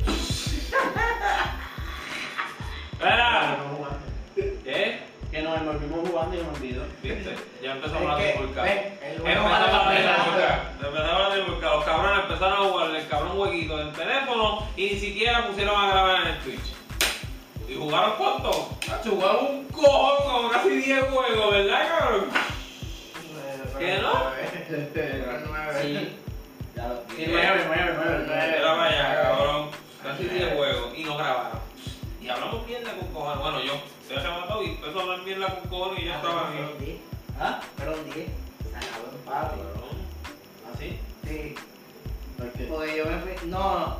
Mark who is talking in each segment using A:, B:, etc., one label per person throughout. A: ¿Eh? empezaron a jugar el cabrón huequito del teléfono y ni siquiera pusieron a grabar en el Twitch. ¿Y jugaron cuánto? Cacho, jugaron un cojón como casi 10 juegos, ¿verdad, cabrón? ¿Qué no?
B: Sí. Ya lo-
A: Este, Sí, nueve, Era para allá, cabrón. Casi 10 juegos y no grabaron. Y hablamos mierda con cojones. Bueno, yo se había llamado y empezó a hablar mierda con cojones y yo estaba aquí.
C: Fueron 10.
B: ¿Ah?
C: Fueron 10. Se acabó el party.
A: Cabrón.
B: ¿Así?
C: Sí. Porque yo me fui. No, no.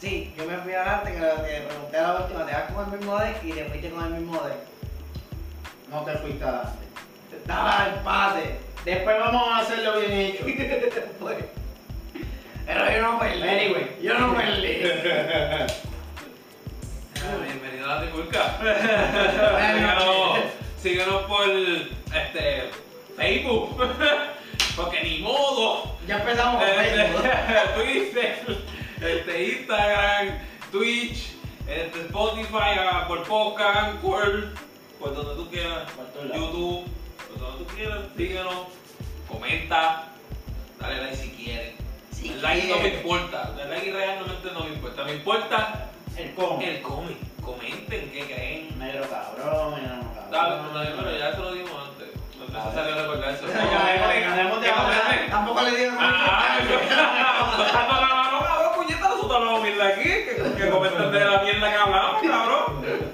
C: Sí, yo me fui adelante que le le pregunté a la última, ¿te vas con el mismo deck? Y te fuiste con el mismo deck.
B: No te fuiste adelante.
C: Estaba el empate.
B: Después vamos a hacerlo bien hecho.
C: Pues, Pero yo no perdí.
B: Anyway.
C: yo no perdí.
A: Ah, Bienvenido a la Trifulca.
C: Bueno.
A: síganos, síganos por este, Facebook. Porque ni modo.
C: ya empezamos con Facebook.
A: Este, Twitter, este, Instagram, Twitch, este, Spotify, ah, por podcast, Anchor, por donde tú quieras.
B: Por todos lados.
A: YouTube, por donde tú quieras. Síganos, comenta, dale like si quieres.
C: Si
A: el like no me
C: quieres.
A: importa. El like realmente no me importa. Me importa
B: El cómo.
A: el cómic, comenten qué creen.
B: Negro cabrón, enano
A: Dale,
B: cabrón.
A: no, no, bueno, ya se lo dimos antes. No es necesario recordar eso. Que
B: No,
A: comenten,
B: hablemos de
A: que
B: ahora.
A: comenten.
C: Tampoco le dieron
A: Ah, no, no, cabrón, puñeta, nosotros no vamos a ir de aquí, que- que comenten de la mierda que hablamos, cabrón.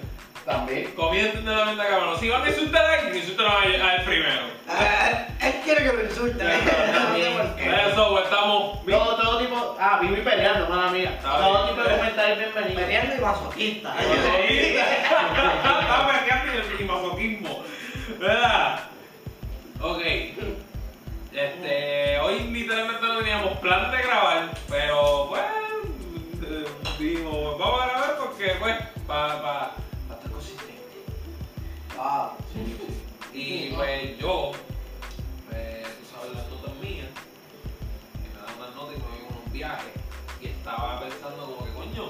B: También.
A: Comenten de la mierda que hablamos. Si van a insultar a alguien, insulten a- a él primero.
C: Ah, Él quiere que me insulte. No sé por qué.
A: Eso, pues, estamos bien.
B: Todo, todo tipo. Ah, viví peleando, mala mía.
A: Está
B: Todo
A: bien.
B: tipo de comentarios bienvenidos.
C: Peleando y masoquista.
A: Sí. Está peleando y masoquismo. ¿Verdad? Ok. Este, hoy literalmente no teníamos plan de grabar, pero pues eh, dijimos, vamos a grabar porque pues, para pa, pa estar consistente.
C: Ah,
A: Y pues yo, pues, tú sabes las notas mías, que me dan unas notas y me voy a un viaje. Y estaba pensando como que, coño,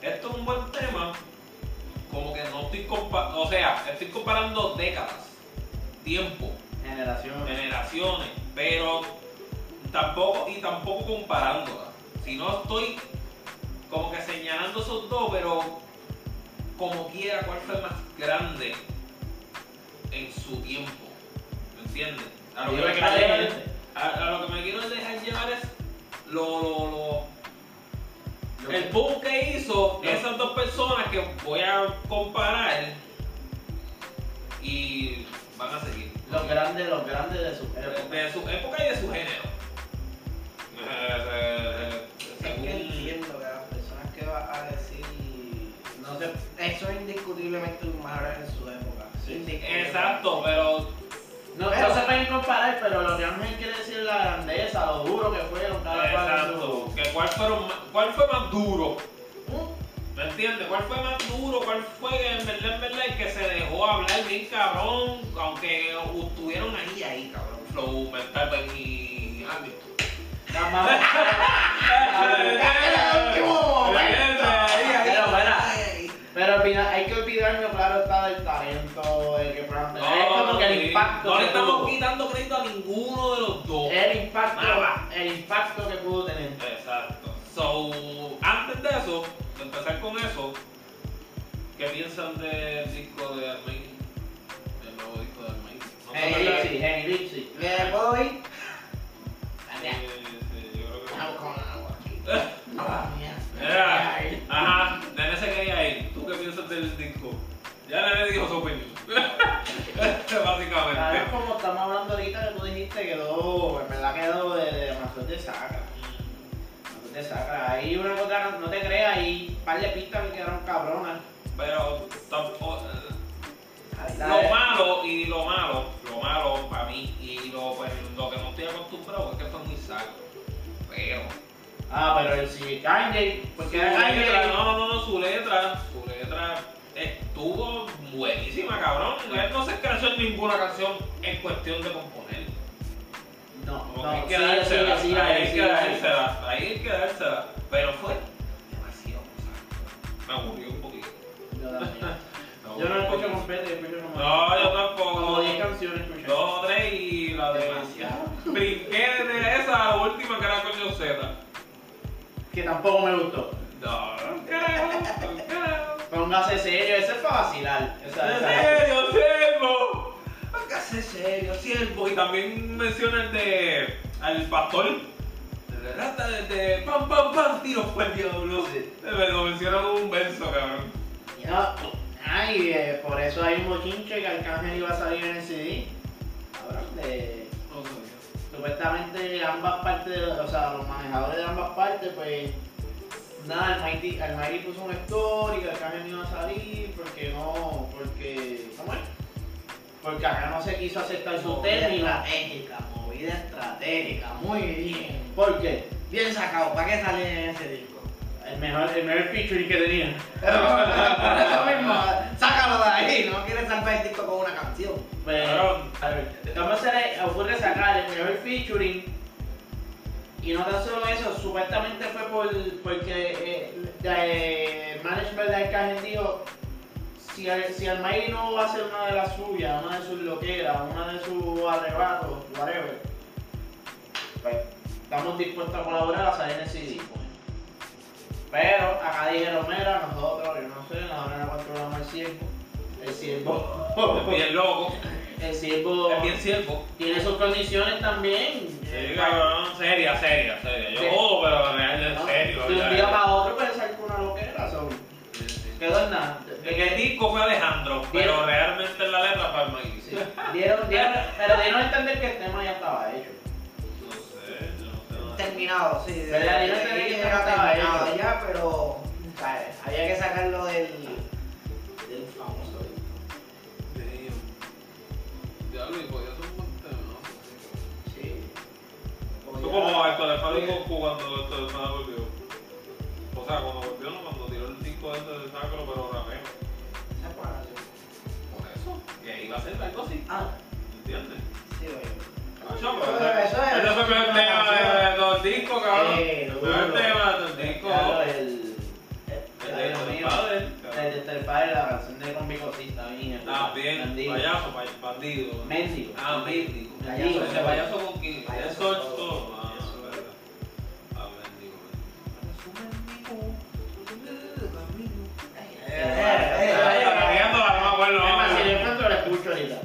A: esto es un buen tema, como que no estoy comparando, o sea, estoy comparando décadas, tiempo,
B: Generación.
A: generaciones, pero tampoco, y tampoco comparándolas. Si no estoy como que señalando esos dos, pero como quiera, cuál fue el más grande en su tiempo. ¿Me entiendes? A lo que me quiero llevar es, a- a lo que me quiero dejar llevar es lo, lo, lo- el boom que hizo
B: Lo-
A: esas dos personas que voy a comparar y van a seguir.
B: Los grandes, los grandes de su época.
A: De su época y de su género. Eh, eh,
C: es
A: eh,
C: que entiendo que las personas que va a decir.
B: No sé.
C: Eso es indiscutiblemente un mejor en su época.
B: Sí.
C: Indiscutiblemente.
A: Exacto, pero
B: No, no se pueden comparar, pero lo que Ángel quiere decir es la grandeza, lo duro que fueron cada cual. en
A: Exacto.
B: su-
A: Que cuál, fueron ma- ¿Cuál fue más duro? ¿Me entiendes? ¿Cuál fue más duro? ¿Cuál fue en verdad, en verdad, el que se dejó hablar bien cabrón? Aunque estuvieron ahí, ahí, cabrón. Flow, Mental y Andy.
B: Nada más.
C: ¡Eh, el último momento.
B: Pero buena.
C: Ay.
B: Pero mira, hay que olvidarnos, claro, está del talento, de que fueron Es como que el
A: sí.
B: impacto.
A: No le
B: que
A: estamos
B: tuvo.
A: quitando crédito a ninguno de los dos.
B: El impacto,
A: Nada.
B: el impacto que pudo tener.
A: Exacto. So, antes de eso, de empezar con eso, ¿qué piensan del disco de Armin? El nuevo disco de Armin. No sé,
C: Eh,
A: ¿verdad?
B: Henry Lipsy, Henry Lipsy.
C: ¿Me puedo ir?
A: Eh, sí, yo creo que-
C: Vamos con agua aquí.
A: Eh,
C: No, la mía.
A: Era.
C: Ay.
A: Ajá, Nene se quería ir. ¿Tú qué piensas del disco? Ya Nene dijo su opinión.
B: Claro,
A: Básicamente.
B: como estamos hablando ahorita que tú dijiste, quedó, en verdad quedó de, de Mazor de Saca. Mazor de Saca. Ahí una cosa, no te creas, ahí un par de pistas me quedaron cabronas.
A: Pero tampoco.
B: Ahí la-
A: Lo malo y lo malo, lo malo para mí y lo, pues, lo que no estoy acostumbrado es que fue muy sacro. Pero.
B: Ah, pero el sí, Kanye, porque
A: su
B: era
A: letra,
B: Kanye.
A: no, no, no, no, su letra, su letra estuvo buenísima, cabrón. Él no se escrachó en ninguna canción en cuestión de componer.
B: No,
A: Como
B: no,
A: que hay que
B: sí,
A: dársela,
B: sí, sí,
A: ahí hay
B: sí,
A: que
B: sí.
A: dársela, ahí hay que dársela. Pero fue demasiado sacro. Me aburrió un poquito.
B: Yo también.
A: Me
B: Yo
A: aburrió
B: no
A: un
B: escucho
A: poquito.
B: completo, yo escucho como.
A: No, yo tampoco.
B: Como 10 canciones escuché.
A: Dos, tres y la de.
B: Demasiado.
A: Brinqué de esa a la última que era coño Z.
B: que tampoco me gustó.
A: No, no creo, no creo.
B: Póngase serio, ese es para vacilar. Esa-
A: ¡En
B: esa-
A: serio, siervo! Hágase serio, siervo. Y también menciona el de. al pastor. De rata, de, de pam, pam, pam, tiros fue el diablo.
B: Sí.
A: Me lo mencionan un verso, cabrón.
B: Ya. Ay, eh, por eso hay un bochinche que Arcángel iba a salir en el CD. Cabrón, de- supuestamente ambas partes, de- o sea, los manejadores de ambas partes, pues nada, Almighty, Almighty puso un story que Arcángel no iba a salir porque no, porque, ¿cómo es? Porque acá no se quiso aceptar su
C: Movida
B: término.
C: estratégica, movida estratégica, muy bien.
B: ¿Por qué?
C: Bien sacado, ¿para qué sale en ese disco?
B: El mejor, el mejor featuring que tenía.
C: Eso mismo, sácalo de ahí, no quieres salvar el disco con una canción.
B: Pues,
A: Cabrón.
B: a ver, ¿cómo se le ocurre sacar el primer featuring? Y no tan solo eso, supuestamente fue por, porque eh, de- el management de Arcángel dijo, si, Al- si Almighty no va a hacer una de las suyas, una de sus loqueras, una de sus arrebatos, whatever, pues, estamos dispuestos a colaborar a salir en el CD. Pero acá dijeron, mira, nosotros, yo no sé, nosotros no controlamos el siervo. El
A: Es
B: siervo.
A: bien loco.
B: El siervo
A: Es bien siervo.
B: tiene sus condiciones también.
A: Sí,
B: Eh,
A: cabrón. Seria, seria, seria. Yo,
B: Sí.
A: oh, pero es
B: ¿no?
A: en serio.
B: De un
A: ¿verdad?
B: día para otro puede ser una loquera. son. Quedó en nada.
A: El que disco fue Alejandro, pero realmente la letra fue Almighty.
B: Sí. Dieron, dieron, pero dieron a entender que el tema ya estaba hecho.
A: No sé, yo no sé nada.
C: Terminado, sí.
B: Pero la línea tenía que estar acabada,
C: terminado
B: ¿eh?
C: ya, pero o sea, había que sacarlo del, del famoso disco.
A: Diablo, y podía ser un buen tema, ¿no?
C: Sí.
A: Tú como el teléfono Goku cuando el teléfono volvió. O sea, cuando volvió, no, cuando tiró el disco este del sacro, pero rapeo.
C: ¿Sabes cuál canción?
A: Por eso. Y ahí va a ser algo así,
C: Ah,
A: ¿entiendes?
C: sí, oye.
A: Eso
C: eso es-
A: fue el primer tema de- de los discos, cabrón.
B: Eh,
A: El
B: duro.
A: primer tema de los discos.
B: Claro, el.
A: El
B: El
A: de
B: el-
A: los
B: mío.
A: padres,
B: El de
A: cabrón.
B: Tercer Padre, la canción de Con Bicosita, bien.
A: También,
B: Bandido.
A: payaso, pa- bandido.
B: Mendigo.
A: Ah, mendigo.
C: Payaso.
A: Ese payaso con quién?
C: Payaso
A: Payaso
C: todo.
A: todo. Ah,
C: Payaso.
A: verdad. Ah, mendigo, mendigo.
C: Eh,
A: Está riendo, no me acuerdo, no me
B: Es más, si
A: acuerdo.
B: lo encuentro, lo escucho ahorita.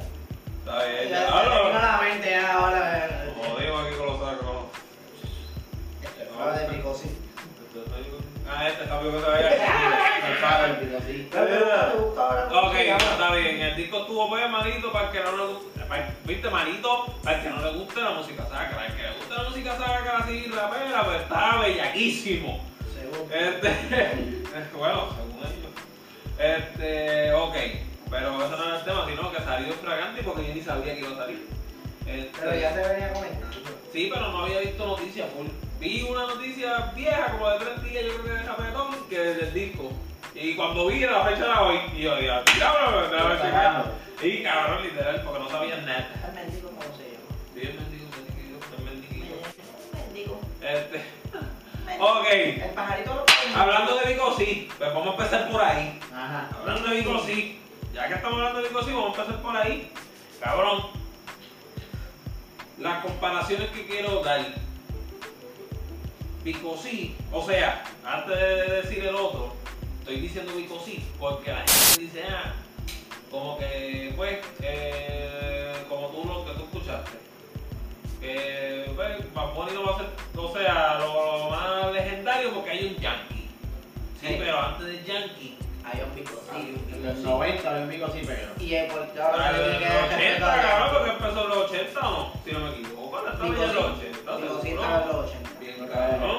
A: Está bien,
C: Ya
A: ya.
C: se me vino
A: Hablo.
C: a la mente ya ahora.
A: Como digo aquí con los sacos.
C: Ahora de mi cosita.
A: Ah, este cambio que se vaya.
B: El Bicosita.
A: Ok, está bien. El disco estuvo pues malito para el que no le guste. para- Viste, malito para el que no le guste la música sacra. El que le guste la música sacra así, rapera, pues está bellaquísimo.
C: Según.
A: Este, bueno, según ellos. Este, ok, pero eso no era el tema, sino que salió fragante porque yo ni sabía que iba a salir. Este,
C: Pero ya te venía comentando.
A: Sí, pero no había visto noticias full. Vi una noticia vieja, como de tres días, yo creo que de Japetón, que del disco. Y cuando vi la fecha era hoy, y yo dije, cabrón, me voy a checar. Y cabrón, literal, porque no sabía nada.
C: El mendigo, ¿cómo se llama?
A: Y el mendigo, mendigo, el mendigo.
C: Un Mendigo.
A: Este,
C: un mendigo.
A: ok,
C: El pajarito lo
A: hablando de Vico, sí, pues vamos a empezar por ahí.
B: Ajá.
A: Hablando de Vico sí, ya que estamos hablando de Vico sí, vamos a empezar por ahí. Cabrón, las comparaciones que quiero dar. Vico sí, o sea, antes de decir el otro, estoy diciendo Vico sí, porque la gente dice, ah, como que, pues, eh, como tú lo que tú escuchaste. Que, pues, Bad Bunny no va a ser, o sea, lo, lo más legendario porque hay un Yankee. Sí,
C: Sí.
A: pero antes del Yankee
C: Hay un pico, sí.
B: En los 90 había un Bicosí, pero.
C: Y el porque
A: Ah,
C: ahora
A: de
C: se tiene
A: los
C: que respetar
A: 80,
C: a la-
A: cabrón, porque empezó en los 80 o no, si no me equivoco. Ahora estamos ya en los 80,
C: Digo, sí, estaba en
A: seguro.
C: los 80.
A: Bien, cabrón.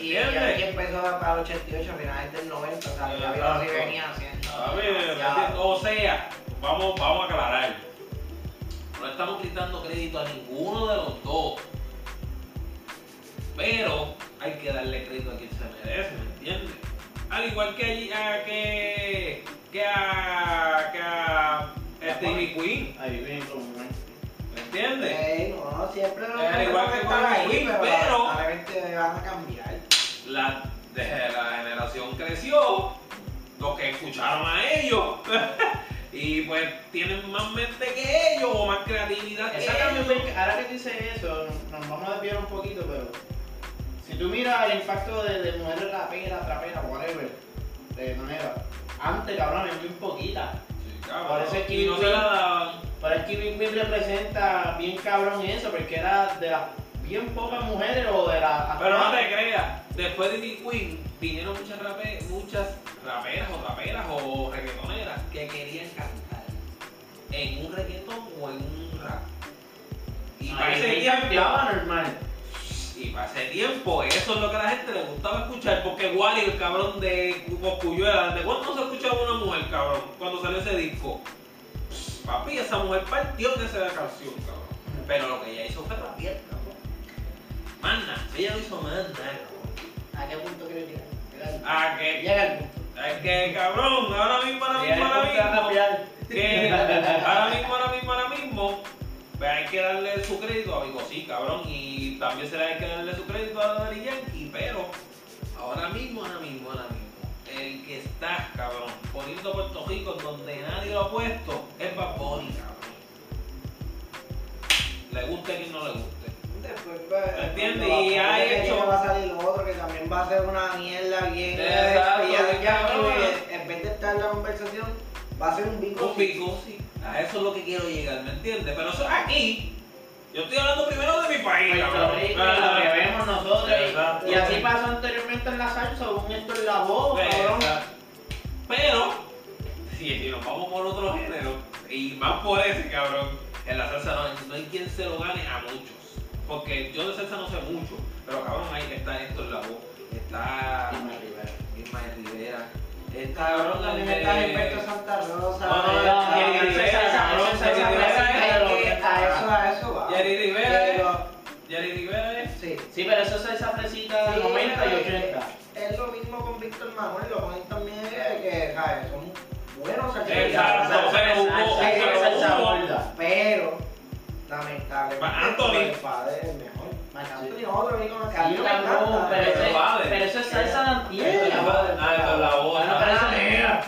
C: Y y aquí
A: ¿Entiendes?
C: empezó para los 88, a finales del 90, o sea, que la vida sí venía haciendo.
A: A ver,
C: demasiado.
A: O sea, vamos, vamos a aclarar. No estamos quitando crédito a ninguno de los dos. Pero hay que darle crédito a quien se merece, ¿me entiendes? Al igual que allí- a, que, que a, que a Stevie Queen,
B: Ahí viven como ¿eh? un
A: ¿me entiendes?
C: Eh, no, siempre lo
A: Eh, al igual que
C: estaba
A: con el Wii, pero-
C: de repente van a cambiar.
A: la, de- la generación creció, los que escucharon a ellos, y pues tienen más mente que ellos, o más creatividad que
B: Esa también
A: ellos.
B: me- ahora que dice eso, nos vamos a desviar un poquito, pero si Si tú miras el impacto de, de mujeres raperas, traperas, whatever, de manera, antes, cabrón, es bien poquita.
A: Sí, cabrón.
B: Parece que-
A: y no se la daban.
B: Pero es que Big Big representa bien cabrón eso, porque era de las bien pocas mujeres o de las.
A: Pero no te creas, después de Diddy Queen vinieron muchas, rape- muchas raperas o raperas o reggaetoneras que querían cantar en un reggaetón o en un rap. Y para,
B: Ahí
A: ese
B: me
A: tiempo,
B: cambiaba normal.
A: y para ese tiempo, eso es lo que a la gente le gustaba escuchar, porque Wally, el cabrón de Coscuyuela, ¿de cuándo no se escuchaba una mujer, cabrón? Cuando salió ese disco. Pss, Papi, esa mujer partió de esa canción, cabrón. Pero lo que ella hizo fue rapear, cabrón. Manda, ella no hizo más nada, cabrón.
C: ¿A qué punto quieres llegar? Llega al-
A: Ah, que,
C: Llega al punto.
A: es que cabrón, ahora mismo, ahora
B: Ya
A: mismo, ahora mismo,
B: rapear.
A: que ahora mismo, ahora mismo, ahora mismo, pues hay que darle su crédito a Vico, sí, cabrón, y también se le hay que darle su crédito a Daddy Yankee, pero ahora mismo, ahora mismo, ahora mismo, el que está, cabrón, poniendo Puerto Rico donde nadie lo ha puesto, es Bad Bunny, cabrón. Le guste a quien no le guste.
C: Después, pues,
A: ¿Entiendes?
C: cuando
A: Y
C: la
A: ha
C: pandemia
A: hecho-
C: va a salir lo otro que también va a ser una mierda bien.
A: Exacto,
C: eh, y ya- ya,
A: cabrón.
C: eh, en vez de estar en la conversación, va a ser un bingo.
A: Un pico, sí. A eso es lo que quiero llegar, ¿me entiendes? Pero eso aquí. Yo estoy hablando primero de mi país,
B: Puerto
A: cabrón.
B: Rico, lo que
A: Ah,
B: vemos nosotros. y-
A: Exacto.
B: Y así pasó anteriormente en la salsa, un esto en la voz, cabrón.
A: Exacto. Pero, si, si nos vamos por otro género, y más por ese, cabrón, en la salsa no, no hay quien se lo gane a muchos. Porque yo de salsa no sé mucho, pero cabrón, ahí está esto en la voz. Está Ismael Rivera. Está
C: Cabrón, también
A: el de-
C: está Gilberto Santa Rosa.
A: No, no,
C: está-
A: no, Jerry Rivera, cabrón,
C: Esa-
A: Jerry
C: esa-
A: Rivera,
C: es que A eso, a eso va.
A: Jerry Rivera, eh.
C: Pero,
A: Jerry Rivera es.
C: sí.
B: Sí, pero eso es esa fresita de
C: Sí,
B: 90 y
C: eh,
B: 80.
C: Es lo mismo con Víctor Manuel, lo ponen también eh, que ¿sabes? son buenos
B: Eh,
A: Exacto,
C: artistas.
B: Salsa,
A: pero hubo-
B: salsa,
A: pero
B: salsa
A: hubo-
B: gorda.
C: Pero, lamentablemente,
A: Pa- Anthony.
C: el padre es el mejor. Anthony, otro amigo me
B: Sí, cabrón, pero
A: Pero
B: eso es-
A: vale.
B: pero eso es salsa de
A: Esto es
B: antier,
A: la-
B: cabrón.
A: ah, esto es la voz.
B: Bueno,
A: ah.
B: pero eso-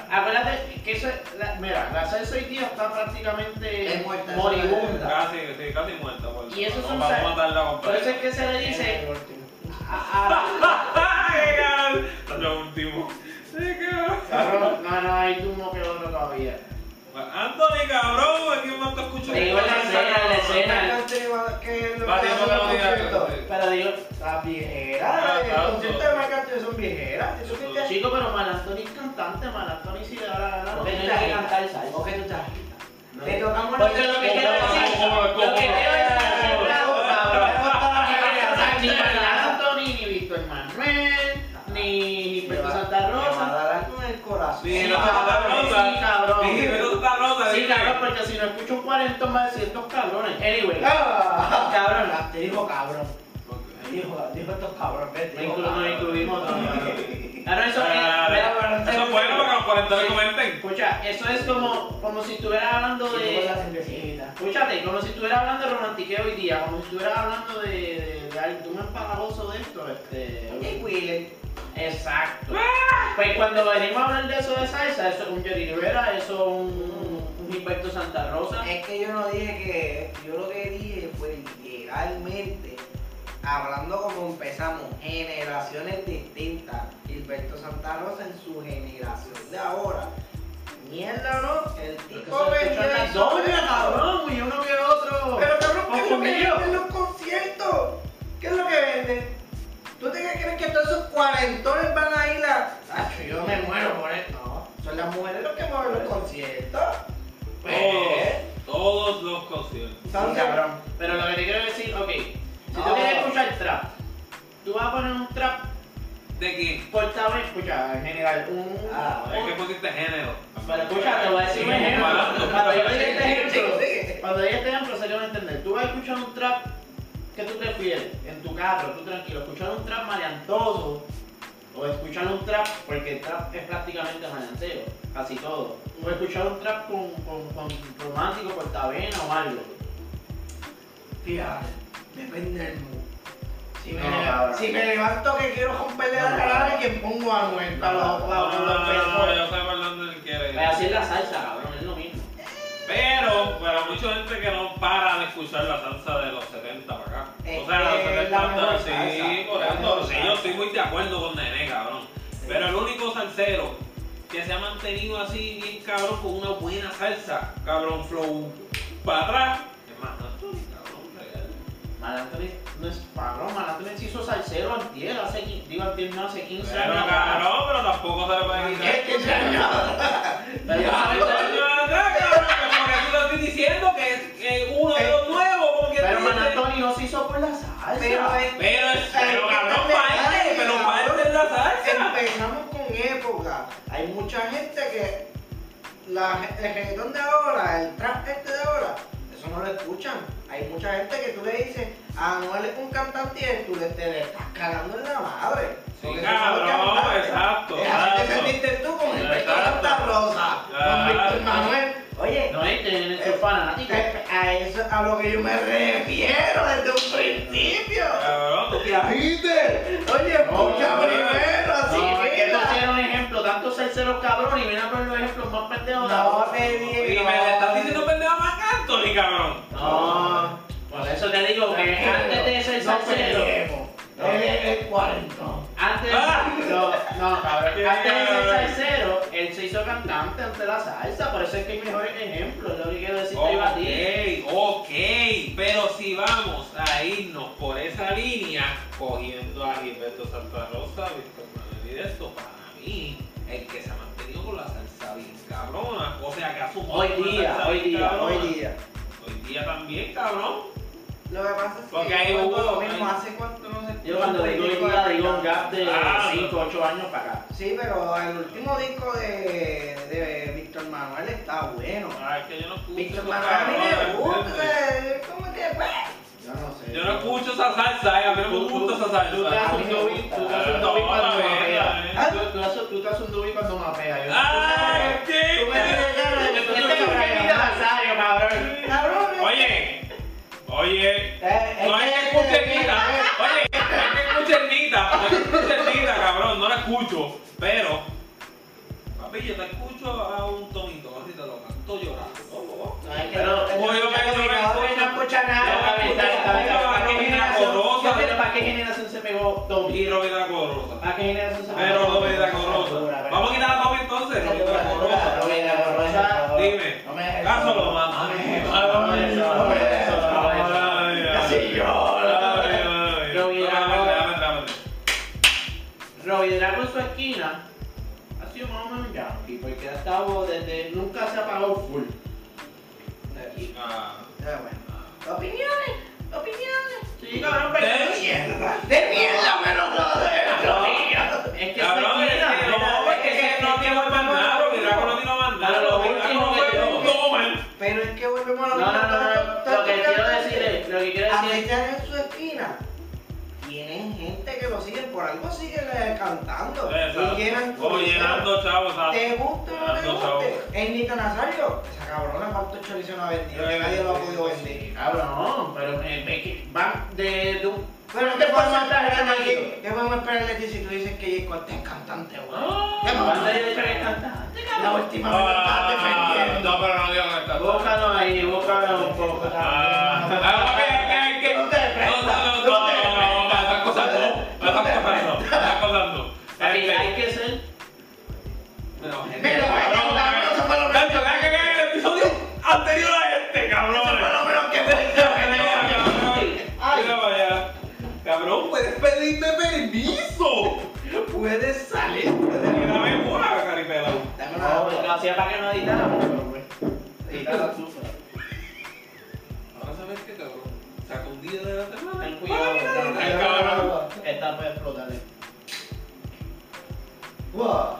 B: Acuérdate que eso es. la- mira, la salsa hoy día está prácticamente
C: Es muerta, eso es
B: moribunda.
C: verdad.
A: Casi, sí, casi muerta. por-
B: Y eso
A: no,
B: son
A: vamos a
B: sal-
A: matarla
B: Por eso es
A: completa.
B: que se le dice. a-
A: ¡Ay, cabrón! Lo último. ¡Ay, cabrón!
B: a- cabrón, no, no, hay humo que otro todavía.
A: Anthony, cabrón, aquí más te escucho.
B: Te digo la escena, la escena.
A: Va, tiempo que no diga eso, sí.
B: Pero digo,
C: Las
A: Ah,
C: viejeras, eh,
A: claro,
C: el concierto
A: todo.
C: de Marc Anthony son viejeras. ¿Eso qué te-
B: chico, pero Mal Anthony es cantante, Mal Anthony si le da la gana.
C: Porque
B: no
C: tú
B: tiene que
C: estás-
B: cantar salsa.
C: porque tú estás-
B: Pues No.
C: Te tocamos la-
B: Porque lo que quiero decir, lo que quiero decir es Ni Fernando Anthony, ni Víctor Manuel, ni
C: pues,
B: Gilberto Santa
C: Me va
B: Rosa.
C: a dar con el corazón.
A: Sí,
B: Sí,
A: no,
B: cabrón,
A: Santa Rosa.
B: sí, cabrón.
A: Sí, pero tú estás rota, ¿eh?
B: Sí,
A: dime.
B: cabrón, porque si no escucho un 40 más de estos cabrones. Anyway,
C: Ah, cabrón, la- te dijo cabrón. Dijo, dijo estos cabrones. vete,
B: no
C: dijo
B: inclu- no
C: cabrón.
B: incluimos no, no, no. Ah, no, eso
A: Ah,
B: es. mira,
A: Eso es bueno para que los 40 le comenten.
B: Escucha, eso es como, como si estuviera hablando
C: Y luego la
B: de.
C: cervecita.
B: Escúchate, como si estuviera hablando de romantiqueo hoy día, como si estuviera hablando de. de, de, de un empalagoso de esto,
C: Y
B: este.
C: Willen.
B: Exacto.
C: Ah.
B: Pues cuando venimos a hablar de eso de salsa, eso es un Jerry Rivera, eso es un, un Gilberto Santa Rosa.
C: Es que yo no dije que. Yo lo que dije fue literalmente. Hablando como empezamos, generaciones distintas. Gilberto Santa Rosa en su generación de ahora. Mierda, ¿no? El tipo vendió
B: Las dos, cabrón, y uno que otro.
C: Pero cabrón, ¿qué es lo que
B: Confundido.
C: venden en los conciertos? ¿Qué es lo que venden? ¿Tú te crees que todos esos cuarentones van a ir a... Nacho, yo me muero por esto. No, son las mujeres los que mueven los conciertos. Oh,
A: Todos, todos los conciertos.
B: Pues, Sí,
C: Entonces,
B: cabrón. Pero lo que te quiero decir, ok, si tú
C: No.
B: quieres escuchar trap, tú vas a poner un trap
A: ¿De quién?
B: cortado, escucha, en general, un...
C: Ah,
A: Es que pusiste género.
B: Pero escucha, te voy a decir un ejemplo.
A: comparando.
B: Cuando yo diga este
C: Sí,
B: ejemplo,
C: sí.
B: cuando diga este ejemplo, se que va a entender. Tú vas a escuchar un trap que tú prefieres, en tu carro, tú tranquilo, escuchar un trap maleantoso o escuchar un trap, porque el trap es prácticamente maleanteo, casi todo. O escuchar un trap con, con, con romántico, cortavena o algo.
C: fíjate, depende del mood. Si me,
B: No, cabrón.
C: si me levanto que quiero romperle la
B: No.
C: cara a quien pongo a Anuel para los-
A: No, no,
B: No,
C: para
A: no,
C: los
A: no,
C: personas.
A: yo sé por dónde él quiere. ir.
B: Pero así es la salsa, cabrón, es lo mismo.
A: Pero para mucha gente que no para de escuchar la salsa de los 70 para acá.
C: Es
A: o sea,
C: que
A: los
C: es la
A: 70
C: mejor
A: sí,
C: salsa.
A: por
C: La
A: eso,
C: mejor
A: sí, estoy muy de acuerdo con Nene, cabrón. Pero el único salsero que se ha mantenido así bien cabrón con una buena salsa, cabrón, flow para atrás, es más, Anthony, cabrón, real.
B: Malandrés no es cabrón, Malandrés hizo salsero antier, hace, qui- digo antier no, hace 15
A: Pero
B: años.
A: cabrón, pero tampoco se le puede quitar.
B: ¿Qué? ¿Qué Pero
A: Ay,
B: yo sabía-
A: coño, acá, cabrón, que porque tú lo estoy diciendo que es que uno de los nuevos, como que
B: Pero
A: dice.
B: Manantoni no se hizo por la salsa.
C: Pero eh, es-
A: Pero es, pero
C: Ay,
A: cabrón,
C: que
A: parte,
C: me
A: pero
C: cabrón.
A: parte es la salsa.
C: Empezamos con época. Hay mucha gente que la, ge- el reggaetón de ahora, el trap este de ahora, eso no lo escuchan. Hay mucha gente que tú le dices, ah, no es un cantante y tú le, te le estás cagando en la madre.
A: Sí,
C: Porque eso es lo que
A: cabrón,
C: hablan.
A: exacto,
C: Y así te
A: exacto.
C: sentiste tú con el
A: Exacto.
C: Víctor Santa Rosa, con
A: Claro.
C: Víctor Manuel. Oye,
B: No es que es
C: Eh,
B: fanático.
C: eh, a eso es a lo que yo me refiero desde un principio.
A: Cabrón, tú
C: ¿La viste? Oye, escucha
B: no,
C: primero, así
B: No, es que
C: mira.
B: esto era un ejemplo, tantos salseros cabrones y vienen a poner los ejemplos más pendejos.
C: No te digo.
A: Y me estás diciendo pendejo más que Anthony, cabrón.
B: No, por eso te digo que antes de ser salsero.
C: No es el cuarentón.
B: Antes,
A: Ah.
B: no, no, cabrón.
A: Qué
B: Antes de ser
A: cabrón.
B: salsero, él se hizo cantante ante la salsa, por eso es que hay mejores ejemplos, es lo que quiero decirte iba a ti.
A: Ok, ok, pero si vamos a irnos por esa línea, cogiendo a Gilberto Santa Rosa, Víctor Manuel y de esto, para mí, el que se ha mantenido con la salsa bien cabrona, o sea que ha sumado
B: Hoy
A: una
B: día,
A: salsa
B: hoy
A: bien
B: día,
A: cabrona.
C: Hoy día.
A: Hoy día también, cabrón.
C: Lo que pasa es
A: Porque
C: que
A: ahí
C: cuando
A: hubo-
C: lo mismo,
A: ahí-
C: hace cuánto no se
B: Yo cuando digo hoy día, digo un gap de
A: Ah.
B: 5, 8 años para acá.
C: Sí, pero el último disco de, de Víctor Manuel está bueno.
A: Ah, es que yo no escucho
C: Víctor
A: esos
C: Manuel a mí me
A: cabrones, ¿entiendes?
C: gusta. ¿Cómo que pues?
B: Yo no sé.
A: Yo no escucho esa salsa, eh, a mí no me gusta esa salsa.
B: Tú te haces un
C: Amigo.
B: dubi tú te haces
A: Ah,
B: un
A: no,
B: dubi cuando
A: la verga,
B: mapea.
A: eh.
B: Ah, tú- tú haces- Tú te haces un dubi cuando mapea. yo no
A: Ah,
B: sé.
A: ¿qué?
B: Tú me haces cara de que tú no sabes nada.
C: Cabrón, es-
A: Oye, oye,
C: Eh,
A: no hay
C: es
A: que
C: que-
A: escuchar Nita, oye, hay que escuchar Nita, no hay que escuchar Nita, cabrón, no la escucho, pero, papi, yo te escucho a un tonito, así te lo canto llorando.
B: No, es que no-
A: Oye, yo me- yo me-
B: Pues no escucha
A: Yo
B: nada.
A: me-
B: Está- está- está-
A: yo me-
B: ¿para qué
A: yo me-
B: generación-
A: Corosa.
B: yo creo, ¿Para qué generación se pegó Tommy?
A: Y Robin la Corosa,
B: ¿Para qué generación se pegó
A: pero
B: Tommy?
A: Robin la Corosa. Vamos a quitar a Tommy entonces, Robin la Corosa.
B: Robin la Corosa.
A: Dime,
C: No me-
A: caso lo mama.
B: No, eso, no, eso, no, eso.
C: Casi
B: Robbie Drago en su esquina ha sido más o menos un yankee, porque ha estado desde. nunca se ha pagado full.
C: Eh, bueno. Opiniones, opiniones.
B: Sí, cabrón, pero.
A: ¿Eh?
C: Mierda, de mierda, pero no de
B: No, es que su esquina.
C: Pero es que volvemos a lo
B: No,
C: mismo,
B: no, no, no,
C: tanto-
B: no, Lo que
C: tanto
B: quiero
C: cantante.
B: decir es. Lo que quiero
C: A
B: decir
C: pesar en su esquina, tienen gente que lo sigue, por algo siguen eh, cantando. Y llenan coliseos. Te gusta o no te gusta. Es Nita Nazario. Esa cabrona cuántos chorizos no ha vendido, que nadie lo ha podido vender.
B: es. Cabrón, pero eh, es que van de. de un-
C: Pero
B: ¿Qué
C: ¿qué podemos
B: pasa?
C: esperar de ti? ¿Qué podemos esperar de ti si tú dices que Jay Cortés es cantante, güey?
B: Van de de tres cantantes,
C: La
B: cabrón.
C: última vez lo
B: Ah,
C: estás defendiendo.
B: Bócalo ahí, bócalo un poco.
C: Ah. No te prestas, no te prestas. No te prestas.
B: Papi, hay que ser.
C: Pero, güey,
A: Cabrón,
C: cabrón, eso fue lo
A: Tanto que hay que ver el episodio anterior a este,
C: Eso fue
A: cabrones.
C: lo menos que pude hacer. Ay.
A: Mira para allá. Cabrón, puedes pedirme permiso.
C: Puedes salir, puedes
A: Y dame bola, caripelado.
C: Dame una
B: No, lo
C: hora.
B: hacía para que no editáramos, pero pues. Editaba tú, pues.
A: Ahora sabes qué, cabrón. Saca un día de la semana.
B: Ten cuidado, cabrón.
A: Ay, cabrón.
B: pero Esta puede explotar.
C: Wow.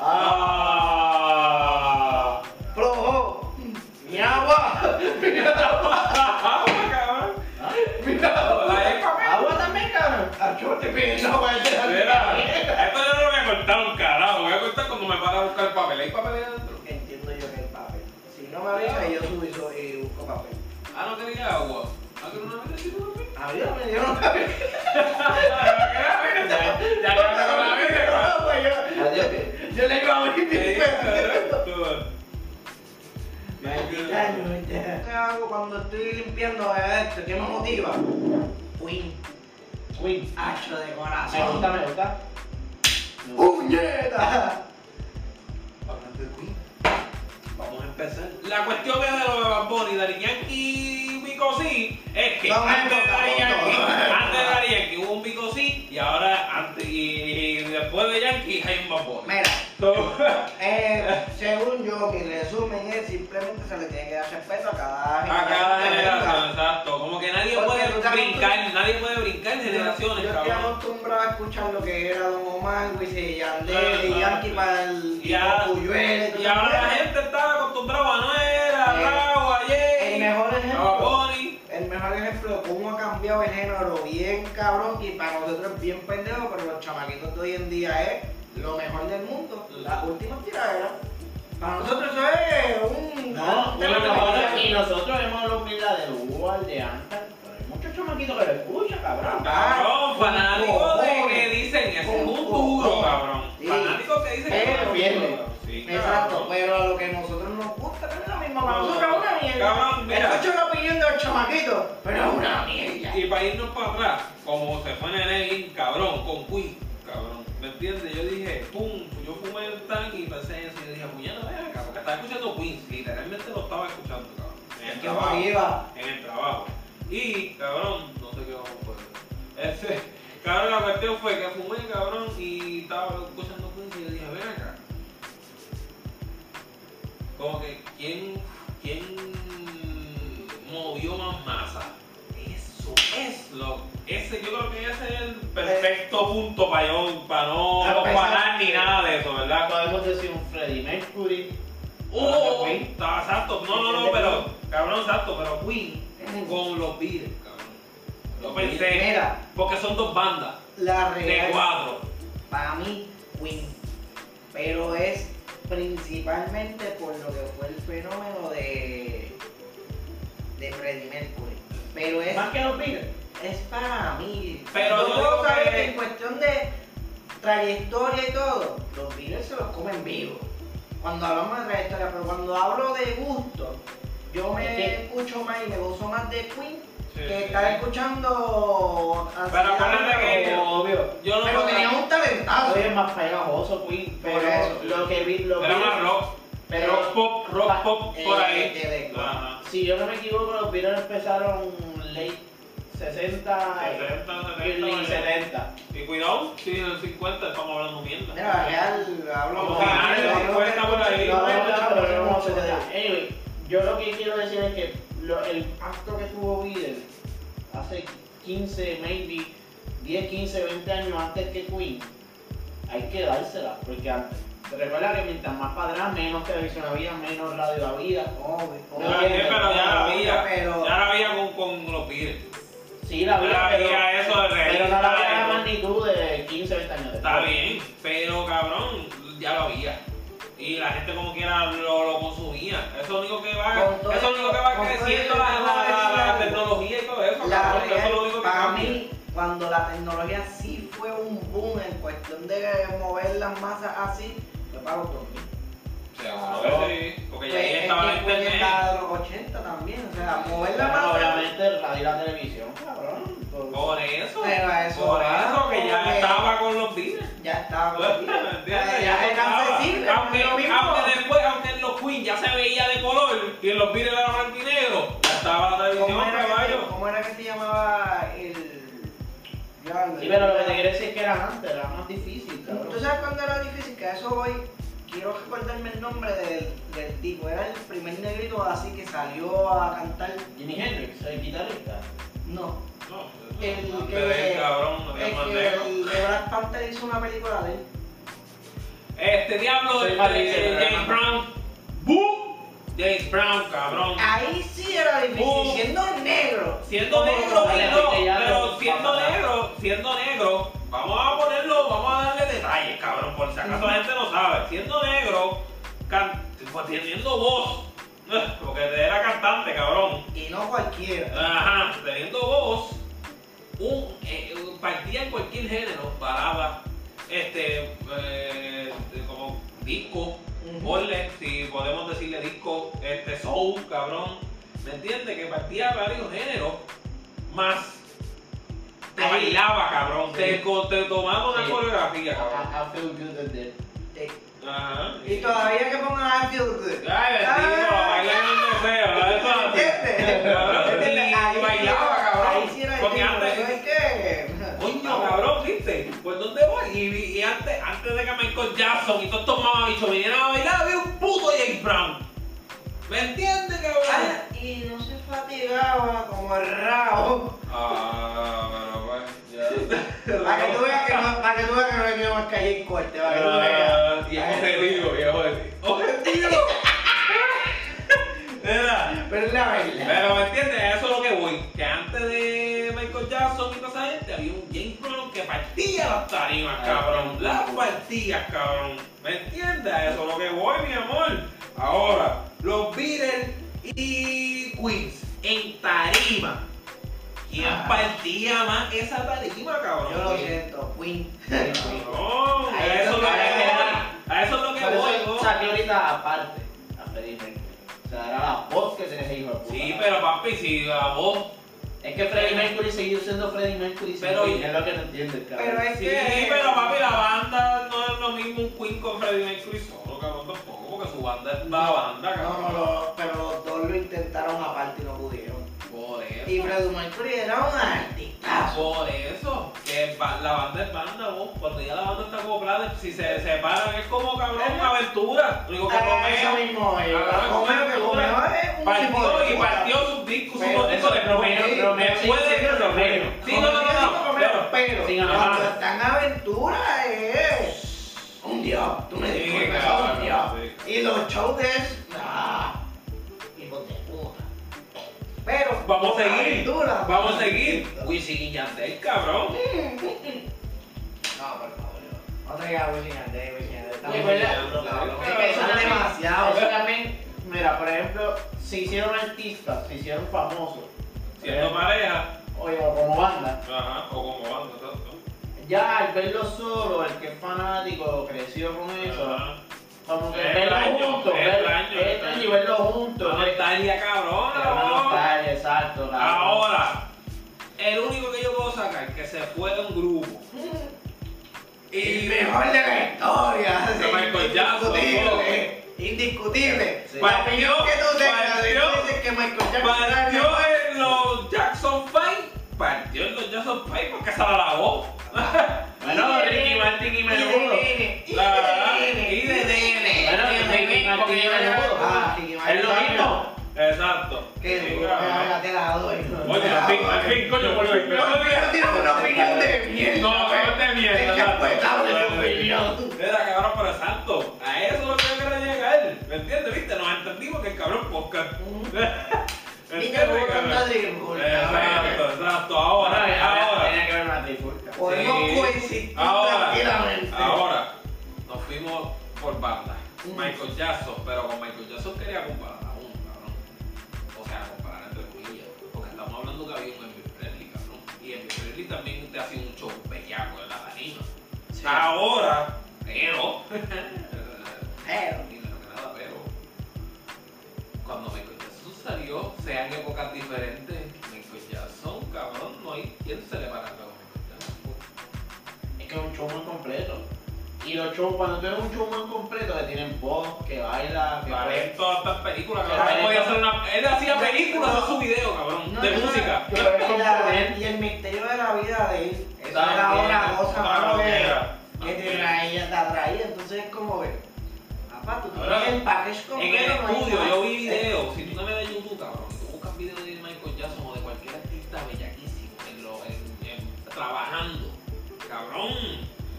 C: Ah,
A: Ah.
C: flojo. Mi agua.
A: Ah, cabrón. Hola, eh.
B: Agua también, cabrón.
C: Ah, yo te pido agua, ya.
A: Mira, esto yo no lo voy a cortar un carajo. Voy a cortar cuando me van a buscar papel. ¿Hay papel ahí adentro?
C: Entiendo yo que el papel. Si no me avisa, yo subo y so- y busco papel.
A: Ah, no quería agua. Ah, que no me metí papel.
C: A mí Ah, no me dieron papel.
A: Ya ya con la vida, cabrón.
C: Yo- Yo le iba a abrir mi
A: Ey,
C: papel.
A: tú.
C: Ay,
A: que-
B: Daño, ¿viste?
C: ¿Qué hago cuando estoy limpiando eh, esto? ¿Qué me motiva? Queen,
B: Uy,
C: hacho de
B: me gusta,
C: corazón.
B: me gusta.
C: ¡Puñeta!
A: Hablando de Queen, Vamos a empezar. La cuestión es de lo de Bad Bunny, Daddy Yankee y Bicosí. Es que
C: Vamos,
A: antes de Daddy
C: vamos,
A: Yankee,
C: vamos.
A: antes de Daddy Yankee hubo un Bicosí y ahora antes, y, y después de Yankee hay un Bad Bunny.
C: Mira,
A: So,
C: eh, según yo, mi resumen es simplemente se le tiene que dar respeto a cada
A: a cada
C: que venga.
A: generación, exacto. Como que nadie
C: Porque
A: puede
C: tú estás
A: brincar, nadie puede brincar generaciones,
C: Yo estoy
A: cabrón.
C: acostumbrado a escuchar lo que era Don Omar, Wisin y Yandel,
A: Ah,
C: y
A: ah,
C: Yankee para el
A: Y ahora,
C: Puyuel,
A: y ahora la gente está acostumbrada a Noel, a
C: Eh,
A: Rao, a
C: El
A: Jay,
C: mejor
A: a
C: ejemplo.
A: Bad Bunny.
C: El mejor ejemplo de cómo ha cambiado el género bien cabrón y para nosotros es bien pendejo, pero los chamaquitos de hoy en día es lo mejor del mundo. Las últimas tiraderas. Para nosotros eso es un... tema
B: No, bueno,
C: de
B: ahora-
C: vida.
B: y nosotros hemos la humildad de Google, de Antan, pero hay muchos chamaquitos que lo escuchan, cabrón.
A: Cabrón, fanáticos de que dicen es
C: Con
A: un duro,
C: cojones.
A: cabrón.
C: Sí.
A: Fanáticos que dicen que
B: Pero
A: es un
B: pierde.
A: duro. Sí,
C: Exacto,
A: cabrón.
C: pero a lo que a nosotros nos gusta pero es la misma para
A: No.
C: nosotros es una mierda.
A: Cabrón, mira.
C: Escucho la opinión de los chamaquitos, pero es una mierda.
A: Y para irnos para atrás, como se fue Nenegin, cabrón, con Queen, cabrón. ¿Me entiendes? Yo dije, pum, yo fumé el tanque y pensé en eso y yo dije, puñada, ven acá, porque estaba escuchando Queen, literalmente lo estaba escuchando, cabrón. En el
C: Que
A: trabajo.
C: motiva.
A: En el trabajo. Y, cabrón, no sé qué vamos a poner. Ese, cabrón, la cuestión fue que fumé, cabrón, y estaba escuchando Queen y yo dije, ven acá. Como que, ¿quién, quién movió más masa? Eso es lo. Ese, yo creo que ese es el perfecto punto para yo, para no
B: Ah, pues, Ah,
A: comparar ni nada de eso, ¿verdad?
B: Podemos decir un Freddie Mercury.
A: Oh,
B: Queen.
A: estaba exacto, no, no, no, pero, cabrón, exacto, pero Queen con los Beatles, cabrón. Lo pensé,
C: Mira,
A: porque son dos bandas
C: la
A: de
C: real.
A: cuatro.
C: para mí Queen, pero es principalmente por lo que fue el fenómeno de de Freddie Mercury. Pero es,
B: Más que los Beatles.
C: es para mí.
A: Ah. Pero
C: yo
A: yo
C: puedo
A: digo
C: saber
A: que-
C: que en cuestión de trayectoria y todo, los Beatles se los comen vivos. Cuando hablamos de trayectoria, pero cuando hablo de gusto, yo me
B: Es que-
C: escucho más y me gozo más de Queen que estar
A: Yo
C: escuchando.
A: Pero acuérdate que-
C: Pero,
B: Obvio.
A: no
C: pero tenía un talentazo.
B: Hoy es más pegajoso, Queen. Pero
C: Por eso.
B: lo que vi, lo
A: Era
B: vi-
A: más rock, rock
B: Pero
A: pop, rock
B: pa-
A: pop por
C: eh,
A: ahí.
C: de- de-
A: Ajá.
B: si yo no me equivoco, los Beatles empezaron late 60
A: 70,
B: early
A: 70.
B: 70.
A: Y cuidado, si en el 50 estamos hablando mierda.
C: Mira, real, hablo
A: Como
C: con-
A: finales de
C: hablo con-
A: 50 por ahí.
C: No,
B: No,
C: no,
B: no,
C: escuchamos,
B: pero no,
C: escuchamos,
B: no,
C: escuchamos.
B: Anyway, yo lo que quiero decir es que lo- el acto que tuvo Beatles hace 15, maybe 10, 15, 20 años antes que Queen, hay que dársela, porque antes. Recuerda que mientras más para atrás, menos televisión había, menos radio había.
C: Obvio,
A: Yo
C: obvio.
A: la vi, pero ya la vi, ya
C: Pero-
A: la había con, con los Beatles.
B: Sí, la
A: Yo
B: había,
A: la
B: pero,
A: veía eso de
B: pero no la
A: revista,
B: había la
A: eso.
B: magnitud de 15, 20 años
A: Está
B: después.
A: bien, pero cabrón, ya lo había. Y la gente como quiera lo, lo consumía. Eso es lo único que va,
C: Con todo
A: eso es lo único que va
C: con todo
A: creciendo
C: el-
A: la, la- la- la
C: la-
A: tecnología y todo eso.
C: la
A: cabrón,
C: real,
A: eso es lo único que
C: para
A: cambia.
C: mí, cuando la tecnología sí fue un boom en cuestión de mover las masas así, fue para los 2000.
A: O sea, bueno, sí, porque ya ahí estaba
C: Pues, Es
A: la
C: que fue
A: internet.
C: la de los 80 también, o sea, mover las
B: Pero
C: masas.
B: obviamente el radio y la televisión, cabrón. pues. por-
A: Por eso,
C: Pero a eso
A: por
C: va,
A: eso que ya
C: porque-
A: estaba con los Beatles.
C: Ya estaba.
A: ¿Me
C: contigo.
A: entiendes?
C: Ya era
A: estaba.
C: accesible,
A: Aunque,
C: lo mismo.
A: aunque después, aunque en los Queen ya se veía de color y en los Beatles era blanco y negro, ya estaba la
C: ¿Cómo
A: televisión,
C: era, que, se-
A: caballo.
C: cómo era que se llamaba el.? Ya,
B: Sí, pero lo que te quiero decir es que era antes, era más difícil, cabrón.
C: ¿Tú sabes cuándo era difícil? Que a eso voy. Quiero recordarme el nombre del, del tipo. Era el primer negrito así que salió a cantar.
B: Jimi Hendrix, el guitarrista.
C: No.
A: No,
C: El
A: antes
C: que-
A: de él, cabrón, no había
C: Es
A: más
C: que
A: negro.
C: el de Black Panther hizo una película de él.
A: Este diablo
B: Soy
A: de
B: Valencia, ¿verdad,
A: James
B: mamá?
A: Brown. ¡Bum! James Brown, cabrón.
C: Ahí sí era difícil.
A: Uh.
C: Siendo negro.
A: Siendo
C: Ah, Como
A: negro,
B: vale,
A: no,
B: viste, ya
A: pero
B: no,
A: siendo
B: papá.
A: negro, siendo negro, vamos a ponerlo, vamos a darle detalles, cabrón, por si acaso la gente no sabe. Siendo negro, can- pues, teniendo voz, porque era cantante, cabrón.
C: Y no cualquiera.
A: Ajá, teniendo voz, un, eh, partía en cualquier género, balada, este, eh, como disco,
C: Ujú.
A: Ah, Ponle, si podemos decirle disco, este soul, blues, cabrón. ¿Me entiendes? Que partía de varios géneros. Más. Te
B: Ahí.
A: bailaba, cabrón. Te, co- te tomaba una
B: Sí.
A: coreografía, cabrón.
B: I, I feel good at that.
C: Eh,
A: Ajá.
C: Y todavía que pongan I feel good.
A: Ay, bendito,
C: Ah.
A: baila donde sea, ¿verdad?
C: ¿Entiendes?
A: Cabrón,
C: ¿Entiendes? Ahí
A: y bailaba,
C: sí-
A: cabrón.
C: Ahí sí era el
A: Porque
C: tipo,
A: antes-
C: ¿sabes qué?
A: Coño, cabrón, ¿viste? ¿Por dónde voy? Y, y antes, antes de que Michael Jackson y todos estos mamabichos vinieran a bailar, había un puto James Brown. ¿Me entiendes, cabrón?
C: Ah, y no se fatigaba como el rabo.
A: Ah, pero
C: Para que tú veas que
A: Ah,
C: no, para que tú veas que no he tenido más calle en corte, para que tú veas.
A: Viejo objetivo, viejo objetivo. ¡Objetivo! Mira,
C: Pero es la verdad.
A: Pero ¿me entiendes? A Eso es lo que voy. Que antes de Michael Jackson y toda esa gente había un James Brown que partía las tarimas,
C: Ah,
A: cabrón. Las partidas, cabrón. ¿Me entiendes? A Eso es lo que voy, mi amor. Ahora, los Beatles y Queens en tarima. ¿Quién
C: Ah.
A: partía más esa tarima, cabrón?
C: Yo lo siento, Queen.
A: Cabrón, a
C: Ahí
A: eso es lo que
C: está, ahí
A: voy. A eso es lo
B: Por
A: que voy,
B: eso
A: ¿no?
B: salió ahorita aparte a Freddie Mercury. O sea, era la voz que tenía ese hijo de puta.
A: Sí, pero papi, si la voz
B: Es que Freddie Mercury siguió siendo Freddie Mercury.
A: Pero-
B: Pero es lo que no entiende el cabrón.
C: Pero es
A: Sí,
C: que.
A: pero papi, la banda no es lo mismo un Queen con Freddie Mercury solo, cabrón, tampoco, porque su banda es la banda,
C: No,
A: cabrón.
C: no, lo- pero los dos lo intentaron aparte y no pudieron.
A: Por
C: Y
A: eso,
C: Freddie Mercury era un artista.
A: por eso, que ba- la banda es banda, vos, cuando ya la banda está acoplada, si se separan es como, cabrón, una aventura. Lo único que
C: Ah, Eso
A: Romeo
C: mismo, eh.
A: Ah,
C: Romeo, que
A: Romeo,
C: Romeo es un
A: partió y
C: tipo de-
A: partió sus discos, sus
C: Pero
A: dos discos de
B: eso, Romeo-
A: Sí,
B: Romeo
A: después
B: sigue
A: de-
B: siendo Romeo.
A: Sí, no, no, no, no,
C: Romeo,
A: pero-
C: pero
B: Sí, ajá.
C: cuando están aventuras es eh, un dios, tú me
A: Sí,
C: disculpas,
A: cabrón,
C: es un dios.
A: sí.
C: Y los shows de eso, ah, hijo de puta. Pero
A: Vamos a seguir,
C: aventuras,
A: Vamos a seguir.
C: No, por
A: Wisin y Yandel, cabrón.
C: favor, no. no traigas a Wisin y Yandel, Wisin y Yandel, estamos
B: Oye, ¿verdad?
C: hablando, cabrón.
B: Es que eso
C: Son
B: también-
C: demasiados.
B: Eso también, mira, por ejemplo, se hicieron artistas, se hicieron famosos,
A: Siendo pareja,
B: oye, o como banda.
A: ajá, o como banda, tanto.
B: Ya al verlo solo, el que es fanático, creció con eso,
A: Ajá.
B: como que
A: Es
B: verlo
A: extraño,
B: juntos,
A: es
B: ver-
A: extraño,
B: es
A: es
B: extraño y
A: extraño.
B: verlo juntos. este.
A: La
B: ver-
A: nostalgia, cabrón.
B: Era una
A: cabrón.
B: nostalgia, exacto, cabrón.
A: Ahora, el único que yo puedo sacar que se fue de un grupo.
C: El mejor de la historia.
A: De Michael Jackson,
C: Indiscutible. eh, Indiscutible.
B: Sí.
C: La opinión que tú tengas de
A: Partió-
C: dices que Michael Jackson era el
A: partió
C: mejor.
A: en los Jackson Five. Partió en los Jackson Five porque se la lavó. Ah,
B: Bueno, Ricky Martin y
C: Y de
B: Menudo.
C: nene, y
A: La
C: de
A: verdad,
C: nene,
A: y de nene.
B: Bueno,
A: Y de
B: Ricky
A: nene,
B: Martin y
A: porque yo era-
B: Menudo.
C: Ah, Ricky Martin.
B: Es lo mismo.
A: Exacto.
C: Qué
A: Sí,
C: duro,
A: cabrón.
C: ya, ya te la doy. Te
A: Oye,
C: la
A: al fin,
C: doy.
A: al fin, coño, por lo
C: Pero primero tiene una opinión de mierda.
A: No, no te mierda,
C: Es respetable
A: no,
C: tu
A: no,
C: opinión.
A: Mira, cabrón, pero exacto. A eso es lo que yo quiero llegar. ¿Me entiendes? ¿Viste? Nos entendimos que el cabrón podcast. ¿Me
C: Viste
A: entiendes,
C: cómo
A: cabrón?
C: canta Dreamboy,
A: Este Exacto,
C: cabrón.
A: exacto. Ahora,
B: Bueno, ya
A: ahora,
B: Tenía que ver una trifulca.
C: Podemos
A: Sí.
C: coexistir
A: Ahora,
C: tranquilamente.
A: ahora. Nos fuimos por banda. Michael Jackson, pero con Michael Jackson quería comparar aún, cabrón. O sea, comparar entre comillas. Porque estamos hablando que había un Elvis Presley, cabrón. Y Elvis Presley también te hacía un show bellaco en la tarima. Ah. Ahora, pero.
C: Pero.
A: Primero que nada, pero cuando Michael Jackson salió, sean épocas diferentes, Michael Jackson, cabrón, no hay quien se le para a Michael Jackson.
B: Es que es un show muy completo. Y los shows, cuando tú eres un show muy completo, que tienen voz, que baila, que
A: Para
B: fue-
A: él todas estas películas,
B: Pero
A: cabrón, él
B: él
A: podía
B: no-
A: hacer una... Él hacía
C: No,
A: películas
C: no.
A: en su video, cabrón,
C: No,
A: de
C: no, no.
A: música.
B: Yo creo que es
C: Y la-
B: componente.
C: y el misterio de la vida de él. Eso
B: También,
C: era otra
B: también.
C: cosa,
A: Claro
C: mano,
A: que
C: que,
A: era.
C: que te traía, te atraía. Entonces es como que, papá, tú
A: Ahora,
C: tienes el package
A: En el
C: completo. no hay
A: estudio
C: más.
A: yo vi videos, si tú te ves de YouTube, cabrón, tú buscas videos de Michael Jackson o de cualquier artista bellaquísimo, en lo- en- en- trabajando, cabrón.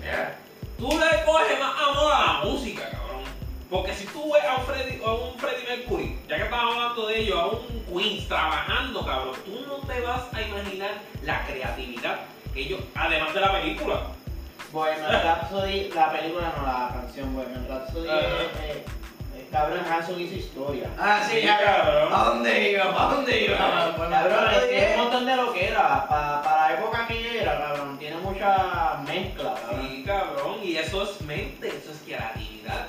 C: Yeah.
A: tú le coges más amor a la música, cabrón. Porque si tú ves a un Freddy, a un Freddie Mercury, ya que estamos hablando de ellos, a un Queen trabajando, cabrón, tú no te vas a imaginar la creatividad que ellos, además de la película.
B: pues, Bohemian Rhapsody, la película no, la canción Bohemian Rhapsody,
A: Ajá.
B: eh, eh, eh, cabrón Hanson hizo historia.
C: Ah, sí,
A: Sí,
C: ya,
A: cabrón.
C: ¿A dónde iba? ¿A dónde iba?
A: Ah,
C: Con la
B: Cabrón,
C: broma
B: es
C: de
B: que es un
C: él.
B: montón de lo que era, pa- para la época que era, cabrón, tiene mucha mezcla, cabrón.
A: Sí, cabrón, y eso es mente, eso es creatividad.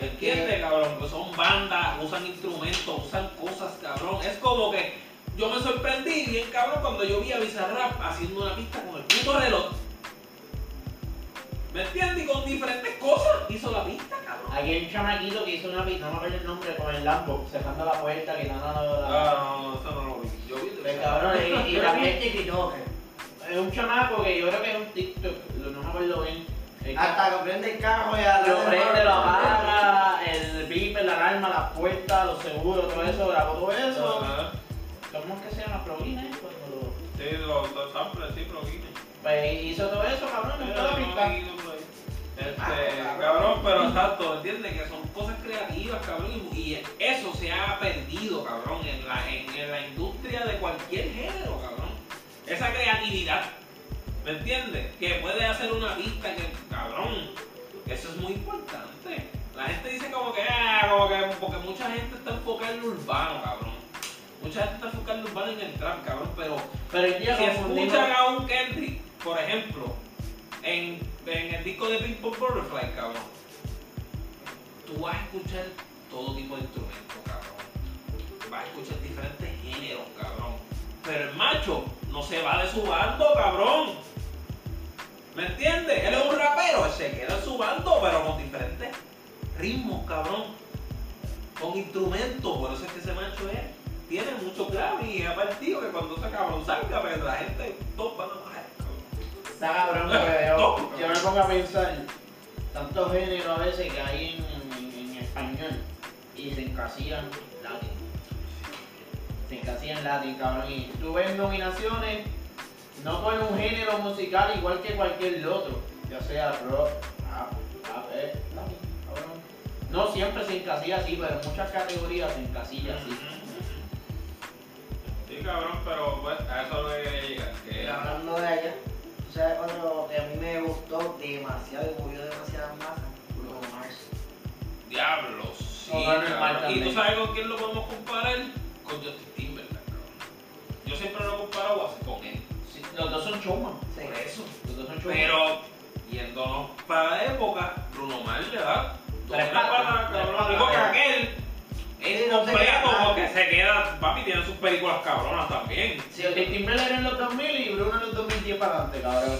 A: ¿Me entiendes, cabrón? Pues son bandas, usan instrumentos, usan cosas, cabrón. Es como que yo me sorprendí bien, cabrón, cuando yo vi a Bizarrap haciendo una pista con el puto reloj. ¿Me entiendes? Y con diferentes cosas hizo la pista, cabrón.
B: Aquí hay un chamaquito que hizo una pista, no me acuerdo el nombre, con el Lambo, cerrando la puerta, quitando la... la-
A: Ah, no, no, eso no lo vi. Yo vi
B: Pues, cabrón, y, y
D: Yo la vi en
B: también
D: TikTok.
B: es un chamaco que yo creo que es un TikTok, lo- no me acuerdo bien. El
C: Hasta que prende el carro y a
B: Lo prende, lo apaga, el beeper, la alarma, las puertas, los seguros, todo eso, grabó todo eso.
A: Ajá.
B: ¿Cómo es que se llama? Provina, eh, cuando lo-
A: Sí, los los samples, sí, pero vine.
B: Pues hizo todo eso, cabrón, en toda la pista.
A: Este, cabrón, pero exacto, ¿entiendes? Que son cosas creativas, cabrón, y, y eso se ha perdido, cabrón, en la, en, en la industria de cualquier género, cabrón. Esa creatividad, ¿me entiendes? Que puede hacer una pista que, cabrón, eso es muy importante. La gente dice como que, ah, como que, porque mucha gente está enfocada en lo urbano, cabrón. Mucha gente está enfocada en lo urbano y en el trap, cabrón, pero
B: Pero el día
A: si
B: confundimos.
A: escuchan a un Kendrick, por ejemplo, en, en el disco de Pink Pop Butterfly, cabrón, tú vas a escuchar todo tipo de instrumentos, cabrón. Vas a escuchar diferentes géneros, cabrón. Pero el macho no se va de su bando, cabrón. ¿Me entiendes? Él es un rapero, se queda en su bando, pero con diferentes ritmos, cabrón. Con instrumentos, por eso es que ese macho es tiene mucho clave y es partido que cuando ese cabrón salga, pues la gente, todos van a bajar. cabrón.
B: Está cabrón, pero yo, yo me pongo a pensar tantos géneros a veces que hay en, en- en español y se encasillan latín. Se encasillan latín, cabrón. Y tú ves nominaciones, no con un género musical igual que cualquier otro, ya sea rock, rap, rap, eh, latín, cabrón. No siempre se encasilla así, pero en muchas categorías se encasilla así.
A: Sí, cabrón, pero pues a eso no quería llegar.
C: Y
A: Que
C: Eh, hablando de allá, tú sabes otro que a mí me gustó demasiado y movió demasiadas masas. Bruno Mars.
A: diablos. Sí,
B: No, no, no,
A: cabrón.
B: mal
A: y
B: también.
A: tú sabes con quién lo podemos comparar? Con Justin Timberlake, cabrón. Yo siempre lo comparo así con él.
B: Sí, Los dos son showman,
C: Sí.
A: Por eso.
B: los dos son showman.
A: Pero yéndonos para la época, Bruno Mars le da dos
B: Tres
A: patas,
B: patas, tres
A: cabrón.
B: patas.
A: Digo que aquel
C: Sí,
A: es
C: no se queda
A: completo
C: nada.
A: porque se queda, papi, tiene sus películas cabronas también.
B: Si el Timberlake era en los 2000 y Bruno en los 2010 para adelante, cabrón.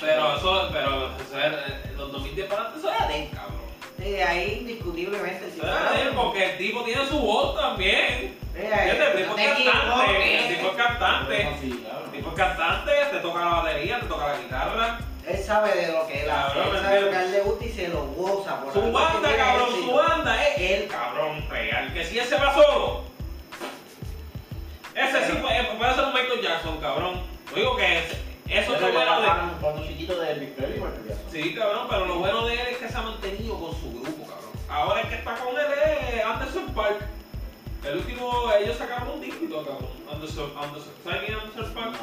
A: Pero eso, pero eso era- los 2010 para adelante, eso era de él, cabrón.
C: Sí, de ahí indiscutiblemente. sí.
A: Eso era de él porque el tipo tiene su voz también.
C: Sí, de ahí,
A: ¿Entiendes? El tipo
C: no
A: es
C: te
A: cantante, el
C: equivoques.
A: tipo es cantante.
B: Sí,
A: El
B: cabrón.
A: tipo es cantante, te toca la batería, te toca la guitarra.
C: Él sabe de lo que él hace,
A: Cabrón,
C: él sabe lo que
A: entiendo.
C: a él le gusta y se lo goza. Por
A: Su
C: algo
A: banda,
C: tiene
A: cabrón,
C: éxito.
A: su banda es el cabrón real. Que si ese va solo, ese sí pues, eh, puede, puede ser un Michael Jackson, cabrón. Yo digo que es- eso es lo bueno de.
B: Cuando chiquito de Victoria igual que yo.
A: Sí, cabrón, pero lo bueno de él es que se ha mantenido con su grupo, cabrón. Ahora el que está con él es Anderson Park. El último, ellos sacaron un dígito, cabrón. Anderson, Anderson, ¿sabes quién es Anderson Park?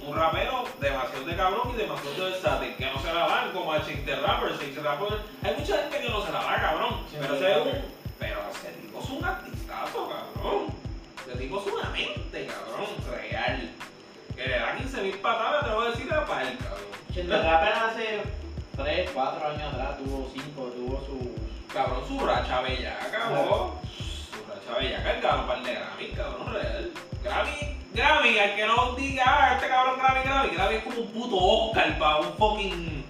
A: Un rapero demasiado de cabrón y demasiado de versátil, que no se la van como a Chick the Rapper, Chick the Rapper. Hay mucha gente que no se la va, cabrón.
B: Sí,
A: Pero
B: sí,
A: ese, es
B: sí.
A: un, pero ese tipo es un artistazo, cabrón. Ese tipo es una mente, cabrón, real. Que le da 15 mil patadas, te voy a decir, a él, cabrón.
B: El rapper hace 3, 4 años atrás tuvo 5, tuvo su.
A: Cabrón, su racha bellaca, vos. Su racha bellaca, el cabrón, par de Grammy, cabrón, real. Grammy, Grammy, al que no diga, ah, este cabrón Grammy, Grammy. Grammy es como un puto Oscar para un fucking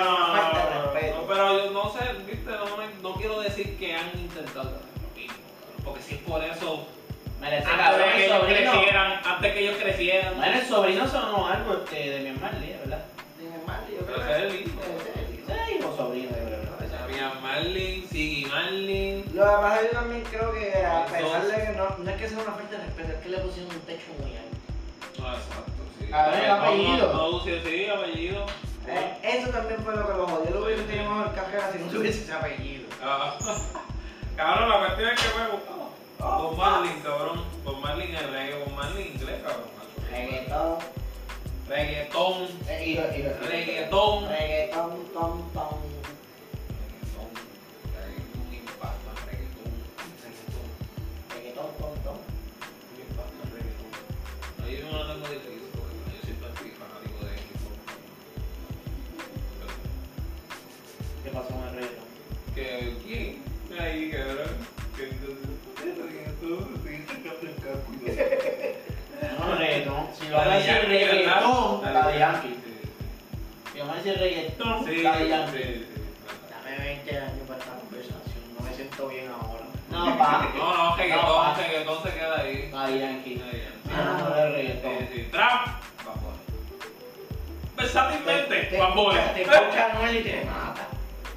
A: no,
C: una Falta de
A: no, no,
C: respeto.
A: pero yo no sé, viste, no, me- no quiero decir que han intentado lo mismo, cabrón, porque si es por eso,
B: Merece
A: antes
B: cabrón
A: que
B: el
A: ellos
B: sobrino.
A: crecieran, antes que ellos crecieran,
B: Bueno, el sobrino sonó algo este, de mi hermano, ¿verdad?
C: Dije, madre, yo
A: Pero ese
C: creo que.
A: es el hijo.
C: Ese es el hijo.
B: Sí, o sobrino, yo creo. ¿no?
A: Sabía pues, Marlin, Siggy Marlin,
C: Lo que pasa es que yo también creo que a pesar de que no, no es que sea una falta de respeto, es que le pusieron un techo muy alto.
A: No, exacto, sí.
B: A ver,
A: No, no,
B: apellido.
A: No, no, sí, sí, apellido.
C: Eh, eso también fue lo que lo jodió. Lo hubiese tenido mejor carrera si no tuviese ese apellido.
A: Ah, cabrón, la cuestión es que me gustaba.
C: Oh,
A: Bob Marlin, cabrón. Bob Marlin es reggae, Bob Marlin inglés, cabrón. macho.
C: Reggaetón,
A: Reggaetón,
B: Eh, y lo- y lo-
A: reggaetón.
C: reggaetón, tom, tom.
A: Reggaetón, reggaetón, un impacto en reggaetón, reggaetón,
C: Reggaetón, tom, tom.
A: un impacto en reggaetón. No, yo no lo tengo difícil, porque yo siempre fui fanático de hip-hop.
B: ¿Qué pasó con el rey?
A: Que, ¿quién? Ahí, cabrón. Que entonces, reggaetón, se dice que hace el cálculo.
B: No, reggaetón. Si
A: La
B: vamos a
A: de
B: decir
A: Yankee,
B: reggaetón,
A: ¿verdad?
B: la de Yankee.
A: Sí,
B: Si vamos a decir reggaetón,
A: sí, sí.
B: la de Yankee.
A: Sí, sí, sí.
C: Dame 20 años para esta conversación. No me siento bien ahora.
B: No, pa.
A: No, no,
B: No,
A: reggaetón,
B: pa.
A: reggaetón se queda ahí.
B: La de Yankee.
A: Ahí, ahí.
B: Ah, no, de reggaetón.
A: Sí, sí. Trap, vamos. Versátilmente,
C: te
A: vamos.
C: escucha- te escucha Anuel y te mata.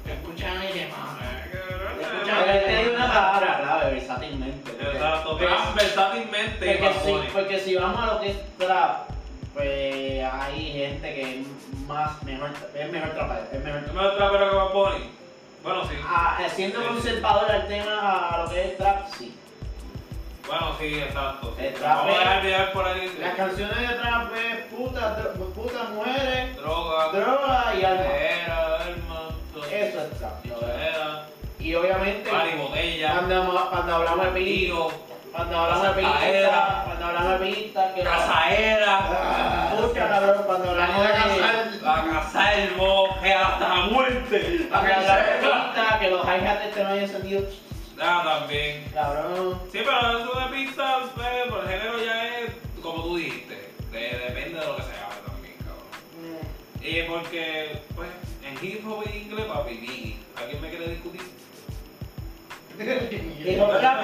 C: Te escucha Anuel y te mata.
A: Ah,
B: Pero
A: eh.
B: es que hay una palabra clave, versátilmente.
A: Exacto,
B: Porque-
A: trap versátilmente,
B: Porque
A: Bad
B: si,
A: Bunny.
B: porque si vamos a lo que es trap, pues hay gente que es más mejor, es mejor trapero, es mejor
A: No me lo trapero que Bad Bunny. Bueno, sí.
B: a- siendo
A: Sí.
B: conservador al tema, a lo que es trap, sí.
A: Bueno, sí, exacto. sí.
B: El trap
A: Vamos a
B: es-
A: dejar de dar por ahí.
B: Las canciones de trap es putas, dro- putas mujeres,
A: Droga,
B: droga y alma.
A: era, alma, todo.
B: Eso es trap.
A: Era,
B: Y obviamente,
A: par y botella,
B: cuando, cuando hablamos de pista,
A: tiro,
B: cuando hablamos de
A: Casaera.
B: pista, cuando hablamos de pista, que
A: casaera,
B: Ah, Pucha, cabrón, cuando hablamos de
A: la casa del bosque hasta la muerte.
B: Cuando hablamos de pista, que los hi-hats este no hayan sonido,
A: Nada, Ah, también.
B: cabrón.
A: Sí, pero eso de pizza, pues, por el género ya es como tú dijiste. de- depende de lo que se hable también, cabrón. Y porque, pues, en hip hop en inglés, papi, Biggie. ¿Alguien me quiere discutir?
B: Dijo rap,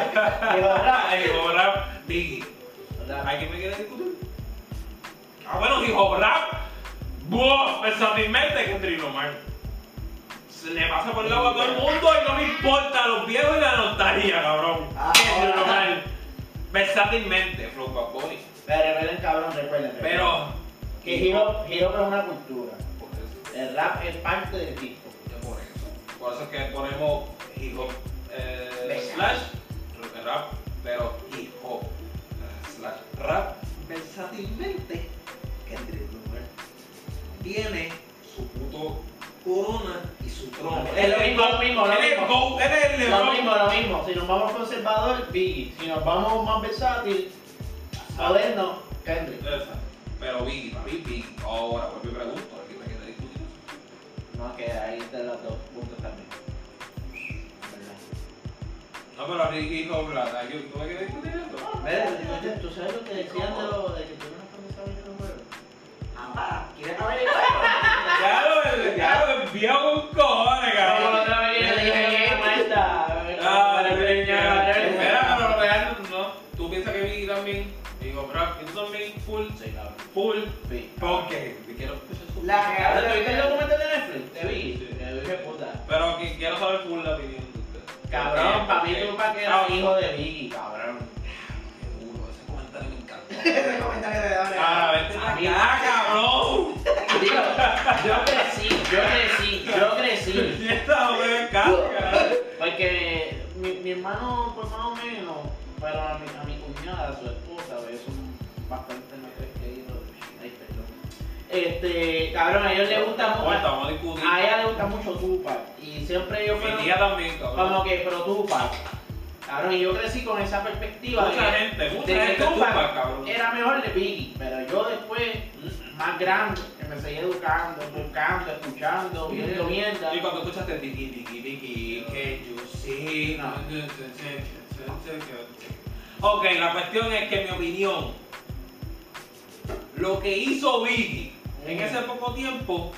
B: dijo rap.
A: Ah, hip hop rap, Biggie. ¿Alguien me quiere discutir? Ah, bueno, hip hop rap. Buah, personalmente que Kendrick Lamar. Se le pasa por el lado a todo el mundo y no me importa los viejos y la nostalgia, cabrón.
B: Ah,
A: Kendrick
B: ahora.
A: Lamar. Versátilmente, Flow Bad Bunny.
B: Pero recuerden, cabrón, recuerden. recuerden.
A: Pero.
B: Que hip hop hip hop es una cultura. El rap es parte del hip hop.
A: Por eso. Por eso es que ponemos hip hop eh,
B: Versátil.
A: slash rap, pero hip hop eh, slash rap versátilmente Kendrick Lamar tiene su puto corona y su trono.
B: Es lo
A: Él
B: mismo,
A: Go-
B: lo mismo, lo
A: él es
B: mismo.
A: Go- él es el
B: Lo
A: LeBron.
B: mismo, lo mismo. Si nos vamos conservador, Biggie. Si nos vamos más versátil, moderno, Kendrick.
A: Esa. Pero Biggie, para mí Biggie. Ahora, pues me pregunto, aquí me queda discutir.
B: No, que ahí están los dos puntos también.
A: No, pero Ricky no, Blada, yo no me queda discutir esto.
B: ¿Verdad? ¿Tú sabes lo que decían de, lo, de que tú no comenzabas en el juego?
C: Apa, ¿quiere acabar el juego?
A: Claro, el- claro, el viejo con cojones, cabrón. eh, Ah, la leña. Espera, pero real, no. Tú piensas que vi también. Digo, bro, tú también full. Full. Ok, te quiero escuchar su-
C: La real-
B: ¿Viste el documental de Netflix? Te vi, te vi, qué puta.
A: Pero que quiero saber full la opinión de ustedes.
B: Cabrón, para mí
A: porque-
B: tú para que
A: Ah,
B: eras hijo de Biggie, cabrón.
A: Qué duro, ese comentario me
C: Ese
A: encantó.
C: Este comentario de doble.
A: Ah, vete pa' acá, cabrón.
B: Digo, yo crecí, yo crecí, yo crecí.
A: Y esta no me encanta.
B: Porque mi, mi hermano, pues más o menos, pero a mi, a mi cuñada, a su esposa, ellos son bastante más queridos. Ay, perdón. Este, cabrón, a ellos les gusta
A: Ahorita
B: mucho.
A: vamos a discutir.
B: A ella le gusta mucho Tupac. Y siempre ellos
A: Mi
B: fueron
A: tía también, cabrón.
B: como que pro Tupac. Cabrón, y yo crecí con esa perspectiva. de
A: Mucha
B: que-
A: gente,
B: de
A: mucha
B: que
A: gente
B: Tupac
A: tupa, cabrón.
B: Era mejor de Biggie, pero yo después, mm, más grande, que me seguí educando, buscando, escuchando, viendo mierda.
A: Y cuando escuchaste Tiki Tiki Tiki, que yo sí.
B: No.
A: Ok, la cuestión es que, en mi opinión, lo que hizo Biggie
C: Mm.
A: en ese poco tiempo,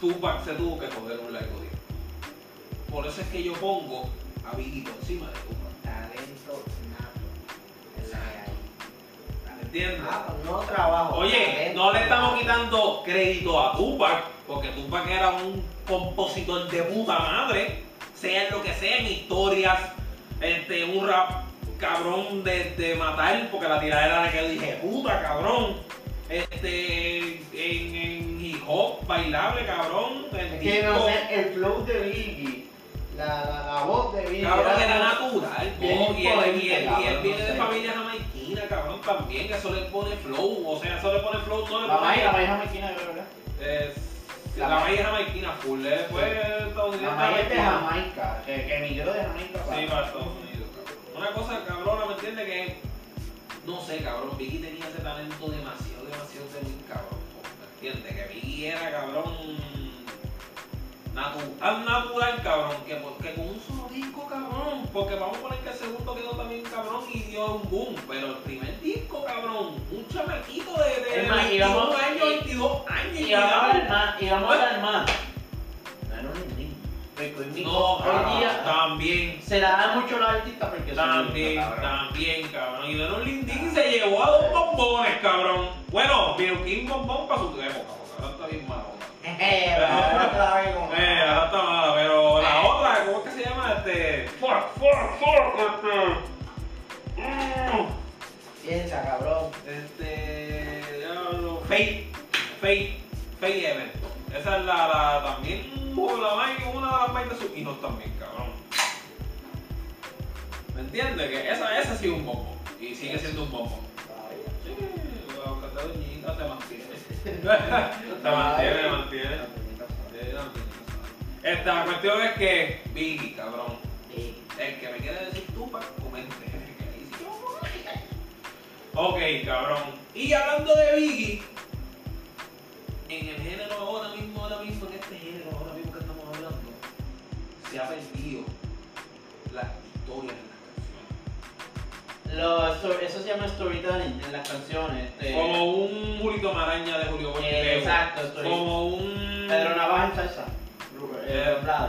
A: Tupac se tuvo que joder un largo tiempo. Por eso es que yo pongo a Biggie por encima de Tupac.
C: Talento nato. Es la que hay.
A: ¿Entiendes?
C: Ah, no trabajo.
A: Oye,
C: talento.
A: no le estamos quitando crédito a Tupac, porque Tupac era un compositor de puta madre, sea lo que sea, en historias, este, un rap cabrón de, de matar, porque la tiradera de que dije, puta cabrón, este, en, en hip hop, bailable cabrón, el
B: Es que no
A: disco,
B: sé, el flow de Biggie, la, la, la voz de Biggie.
A: cabrón era natural,
B: Bien
A: ¿no? y él, y él- y él
B: imponente,
A: viene de
B: cabrón,
A: familia jamaiquina, cabrón, también, eso le pone flow, o sea, eso le pone flow, no le
B: La
A: pone...
B: maíz, la maíz jamaiquina, de verdad.
A: Es-
B: La
A: la
B: ma-
A: maíz jamaiquina full, eh, después estadounidense
B: La maíz es de
A: jamaiquina.
B: Jamaica, que, que emigró de Jamaica para.
A: Sí, para Estados Unidos, cabrón. Una cosa cabrona, ¿me entiendes? Que no sé, cabrón, Biggie tenía ese talento demasiado, demasiado de mí, cabrón. ¿Me entiendes? Que Biggie era cabrón natu- tan natural, cabrón, que porque con un solo disco, cabrón, porque vamos a poner que el segundo quedó también cabrón y dio un boom, pero el primer disco, cabrón, un chamaquito de, de
B: Es más, y
A: 21
B: vamos-
A: años, 22 años,
B: Y vamos a
A: cabrón.
B: hablar más, y vamos a hablar más. No era un niño.
A: Ah, No,
B: hoy día
A: también,
B: se la da mucho a los artistas porque son
A: también,
B: lindos, cabrón.
A: también, cabrón. Y Don Lindín se llevó a dos bombones, cabrón. Bueno, Biruquín bombón para su tiempo, cabrón. Ahora está bien malo.
C: Eh, pero otra vez como-
A: Eh, ahora está mala, pero la otra, ¿cómo es que se llama? Este. Eh. Fuck, fuck, fuck, este. mm,
C: Piensa, cabrón.
A: Este. ya lo- Fate, Fate, Fate Event. Esa es la, la también, uh, la más, una de las más de sus hijos también, cabrón. ¿Me entiendes? Que esa, esa sí es un bombo. Y sigue siendo un bombo. Sí, la Cataluñita se mantiene. se mantiene, se mantiene. Sí, la Antonita sabe. Esta la cuestión es que Biggie, cabrón. El que me quiere decir Tupac, comente. Ahí sí, Ok, cabrón. Y hablando de Biggie, en el género ahora mismo, ahora mismo, en este género ahora mismo que estamos hablando, se ha perdido las historias en las canciones.
B: Los- eso se llama storytelling en las canciones. este,
A: Como un Julito Maraña de Julio
B: eh,
A: Borges.
B: exacto, story-
A: Como un.
B: Pedro Navaja en salsa. Eh, Brad.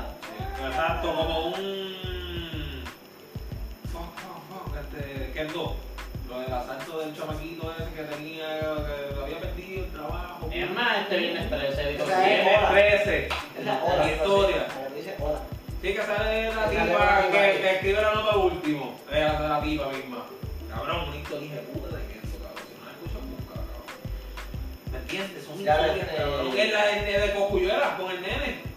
A: Exacto, como un. Fuck, fuck, fuck, este. Kendo. Lo del asalto del chamaquito ese que tenía. que lo había perdido el trabajo.
B: Es más, este viernes 13 digo,
C: O sea,
B: bien,
C: es-
A: Tiene 13.
C: Hola.
A: Historia.
C: Pero dice hola.
A: Sí, que sale la
C: Que sale
A: tipa
C: la
A: que,
C: tipa ahí.
A: que escribe la nota último. Eh, la, la tipa misma. Cabrón, una historia de puta de que eso, cabrón. Si no la escuchas nunca, cabrón. ¿Me entiendes? Son
C: Ya
A: historias,
C: ves, eh,
A: cabrón. Que es la de, de Cocuyuela con el nene.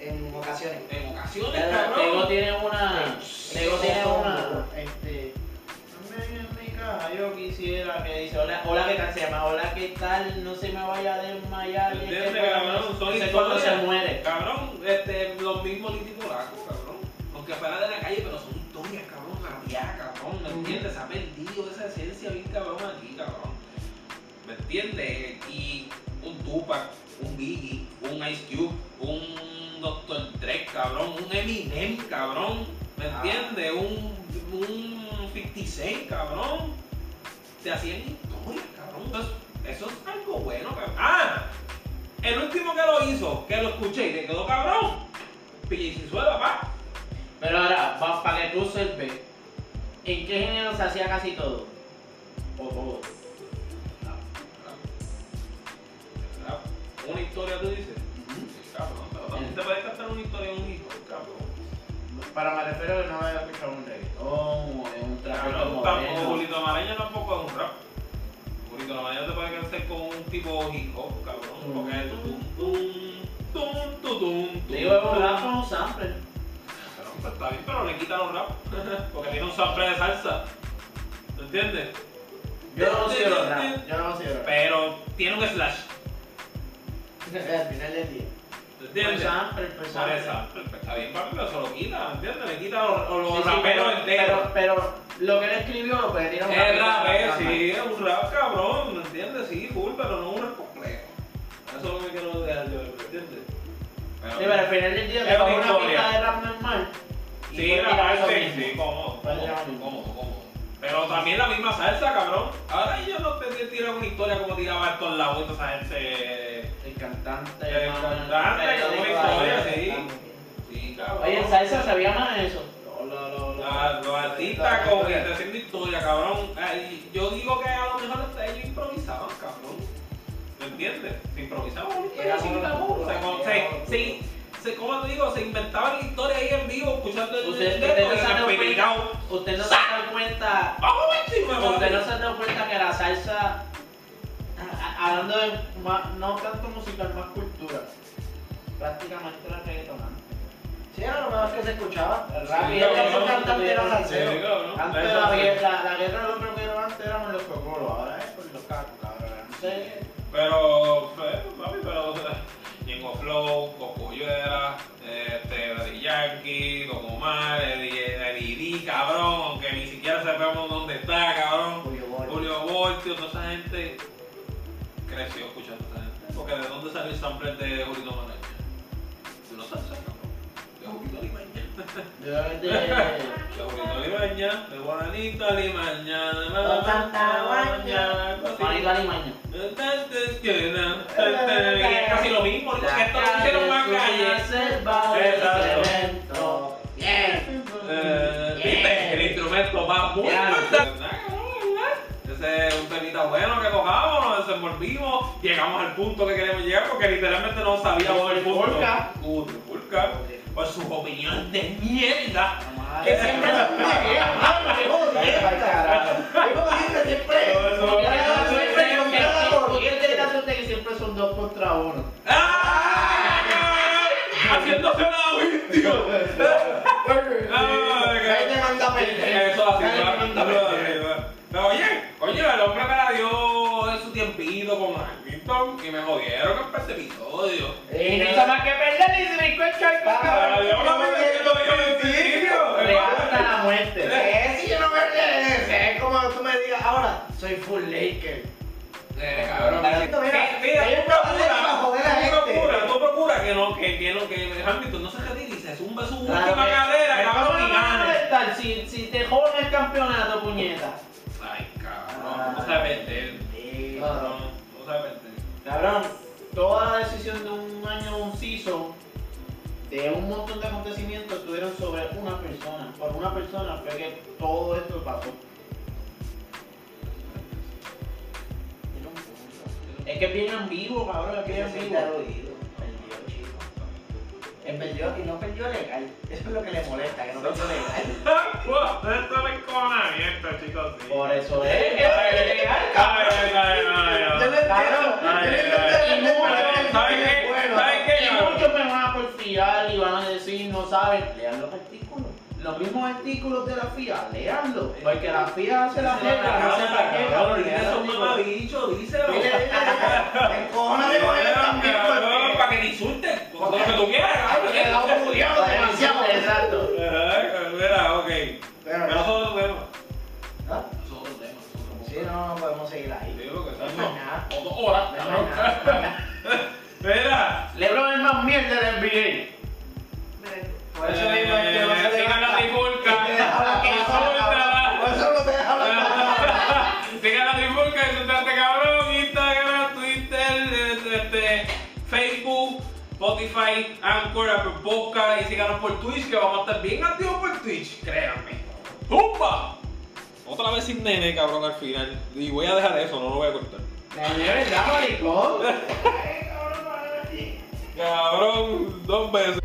C: En ocasiones.
A: En ocasiones,
B: Pero Tego
A: cabrón.
B: tiene una. Tego tiene una. Este. "Ven en mi casa, Yo quisiera que dice, hola, hola, ¿qué tal se llama? Hola, ¿qué tal? No se me vaya a desmayar.
A: ¿Me
B: es que
A: entiendes,
B: por la
A: cabrón?
B: noche-
A: Son
B: Ese cuando se
A: historias.
B: muere.
A: Cabrón, este, los mismos litipolacos, cabrón. Aunque fuera de la calle, pero son historias, cabrón, rabiadas, cabrón. ¿Me entiendes? Se ha perdido esa esencia bien cabrón aquí, cabrón. ¿Me entiendes? Y un Tupac, un Biggie, un Ice Cube, un Dr. Dre, cabrón, un Eminem, cabrón. ¿Me
C: Ah.
A: entiendes? Un, un 56, cabrón. Te hacían historias, cabrón. Eso, eso es algo bueno, cabrón. Ah, el último que lo hizo, que lo escuché y te quedó cabrón. PJ Sinzuela, papá.
B: Pero ahora, para que tú sepas, ¿en qué género se hacía casi todo? O todo.
A: Una historia, tú dices. Cabrón, pero también te puedes cantar una historia en un hito, cabrón.
B: Para me refiero que no había escuchado un reggaetón o en un tráfico
A: Cabrón, tampoco,
B: moderno.
A: Julito Amareño tampoco es un rap. Julito Amareño te puede cantar con un tipo hip hop, cabrón. Porque es tum, tum, tum, tum, tum, tum,
B: Digo, es
A: tum.
B: un rap o un sample.
A: Pero, pues, está bien, pero le quitan los rap. Porque tiene un sample de salsa. ¿Me entiendes?
B: Yo no considero rap. Yo no considero rap.
A: Pero tiene un slash.
C: Al final del día.
A: ¿Me
B: Un
A: entiendes?
B: sample, un
A: Por
B: sample.
A: esa, pues, está bien, papi, pero se lo quita, ¿me entiendes? Le quita los, los
B: Sí, sí,
A: raperos
B: pero,
A: enteros.
B: pero, pero lo que él escribió lo puede tirar un
A: Es rap, eh,
B: rapero.
A: sí, es un rap cabrón, ¿me entiendes? Sí, full, pero no un rap complejo. Eso es lo que quiero dejar yo, ¿me entiendes?
B: Sí, pero al final del día,
A: Es
B: te coge
A: una
B: una
A: historia.
B: pista de rap normal.
A: Sí,
B: y puede
A: la
B: tirar eso
A: parte,
B: mismo.
A: sí, cómodo,
B: Puede
A: cómodo,
B: tirar lo mismo.
A: cómodo, cómodo. Pero también la misma salsa, cabrón. Ahora yo no te te tiran una historia como tiraba a todos lados esa gente.
B: El cantante.
A: El
B: mano,
A: cantante,
B: periódico,
A: como
B: ahí.
A: historia, sí.
C: Está muy bien.
A: Sí, cabrón.
B: Oye, en salsa sabía más de eso. Lo- lo- lo-
A: La- Los artistas
B: lo-
A: como que están haciendo historia, cabrón. Ay, Yo digo que a lo mejor hasta ellos improvisaban, cabrón. ¿Me entiendes? Se improvisaban una historia
C: Era
A: así,
C: una
A: cabrón. Se, con-
C: locura, era
A: se,
C: una
A: se, se, ¿cómo te digo? Se inventaban la historia ahí en vivo, escuchando el
B: Ustedes-
A: el
B: ustedes
A: y
B: se han dado
A: el
B: cuenta-
A: picao.
B: Usted no se ha dado cuenta.
A: ¡Vamos a ver si me
B: Usted no
A: voy!
B: se ha dado cuenta que la salsa. a- a- Hablando de. más- no tanto musical, más cultura. Prácticamente era reggaeton.
C: Sí, era lo mejor que se escuchaba.
B: El
A: Sí,
B: rap y
A: cabrón,
B: el
A: no,
B: son cantante era
C: sí,
B: salsero.
A: Sí, cabrón.
B: Antes
A: Eso
B: la,
A: sí.
B: guerra- la, la guerra lo primero que era antes éramos los cocolos, ahora es por los cacos, cabrón. No sé.
A: Pero, pero, papi, pero. Ñengo Flow, Cocuyuela, este, Daddy Yankee, Don Omar, Eddie, Eddie D, cabrón, aunque ni siquiera sabemos dónde está, cabrón.
C: Julio Borges.
A: Julio Voltio, toda esa gente creció escuchando a esa gente. Porque de dónde salió el sample de Julio Manacha? De una salsa, cabrón. De Julio Limaña.
B: Yo desde-
A: De Julio Limaña, de Juanito Limaña, de
C: Tanta
A: Matatamaña,
C: guaña.
B: Juanito Alimaño.
A: Es casi lo mismo, porque esto lo hicieron más calle.
B: Exacto.
C: Bien.
A: Eh, ¿Viste? El instrumento va muy
B: Ya.
A: fuerte. Ese es un temita bueno que cojamos, nos desenvolvimos, llegamos al punto que queremos llegar porque literalmente no sabíamos el punto.
B: Trifulca.
A: Uh, trifulca. Por sus opiniones de mierda.
B: Que
A: Que
B: siempre
A: siempre
B: se
C: Siempre, siempre.
A: Todo eso.
C: Siempre, siempre, siempre.
B: que siempre son un 2 contra 1.
A: ¡Ah, cabrón! Haciéndose la víctima. Ah,
B: Ahí te manda a perder.
A: Eso así,
B: Ahí te manda a perder.
A: va. Pero oye, coño, el hombre me la dio en su tiempito con Hamilton y me jodieron en este episodio.
B: Y no hizo más que perder y se me encuentra el
C: Ah,
A: Me la
B: cabrón.
A: dio una vez que lo dio en sitio,
B: Le
A: hermano.
B: hasta la muerte.
C: Eh, si yo no me es como tú me digas ahora, soy full Laker.
A: Eh, cabrón,
C: Mira,
A: mira,
C: mira,
A: mira, tú
C: ¿cómo hacer para
A: procura,
C: joder a este.
A: tú
C: gente?
A: procura, tú procura que no, que, que no, que Hamilton no se retire y se zumba su
B: Claro,
A: última
B: eh,
A: cadera,
B: eh, ¿cómo
A: cabrón,
B: no
A: y
B: me va a
A: gane.
B: molestar Si, si te joden el campeonato, puñeta.
A: Ay, cabrón, no sabe vender. Cabrón, no sabe vender.
B: Cabrón, toda la decisión de un año, un season, de un montón de acontecimientos estuvieron sobre una persona. Por una persona fue que todo esto pasó. Es que es bien ambiguo, cabrón, es bien ambiguo.
C: Perdió, chico. Él perdió y no perdió legal. Eso es lo que le molesta, que no perdió legal.
A: Wow, ustedes saben cómo la mierda, chicos, sí.
B: Por eso es que
A: Ay,
B: es legal,
A: ay,
B: cabrón.
A: ay, ay, ay.
C: Yo no entiendo.
A: Ay, ay,
C: Yo
B: ay.
C: no entiendo.
A: Pero, ¿saben qué?
C: Bueno,
A: ¿Saben qué?
B: Y muchos me van a porfiar y van a decir, no saben, lean los artículos. Los mismos artículos de la FIA, leanlos. Porque la FIA hace la regla, no sé para qué,
A: Cabrón,
B: cabrón,
A: dice
B: lean los
A: eso,
B: artículos.
A: mamabicho, díselo.
C: Dile, dile, dile. Encójonate con él también,
A: Cabrón,
C: porque-
A: para que te insulten, con lo que tú quieras, cabrón.
C: Porque la otra murió demasiado.
B: Exacto.
A: Ajá, mira, ok.
C: Pero,
A: Pero eso es otro tema.
C: ¿ah?
A: Eso es otro tema, eso es otro tema.
C: Sí, no, no podemos seguir
A: Te
C: ahí.
A: digo que
C: No es
A: estamos-
C: más nada.
A: Otro hora,
C: No es
A: cabrón.
C: más nada.
A: Mira.
B: Lebron es más mierda del NBA.
C: Por eso mismo es que no se
A: Eh,
C: deja
A: sigan la
C: hablar. No te deja
A: trifulca.
C: hablar,
A: Insulta.
C: cabrón. Por eso no te deja hablar.
A: Sigan la trifulca, insultarte este cabrón, Instagram, Twitter, este, este, Facebook, Spotify, Anchor, Apple Podcast y síganos por Twitch que vamos a estar bien activos por Twitch, créanme. ¡Pumba! Otra vez sin nene, cabrón, al final. Y voy a dejar eso, no lo voy a cortar.
B: La verdad, maricón.
A: Cabrón, dos veces.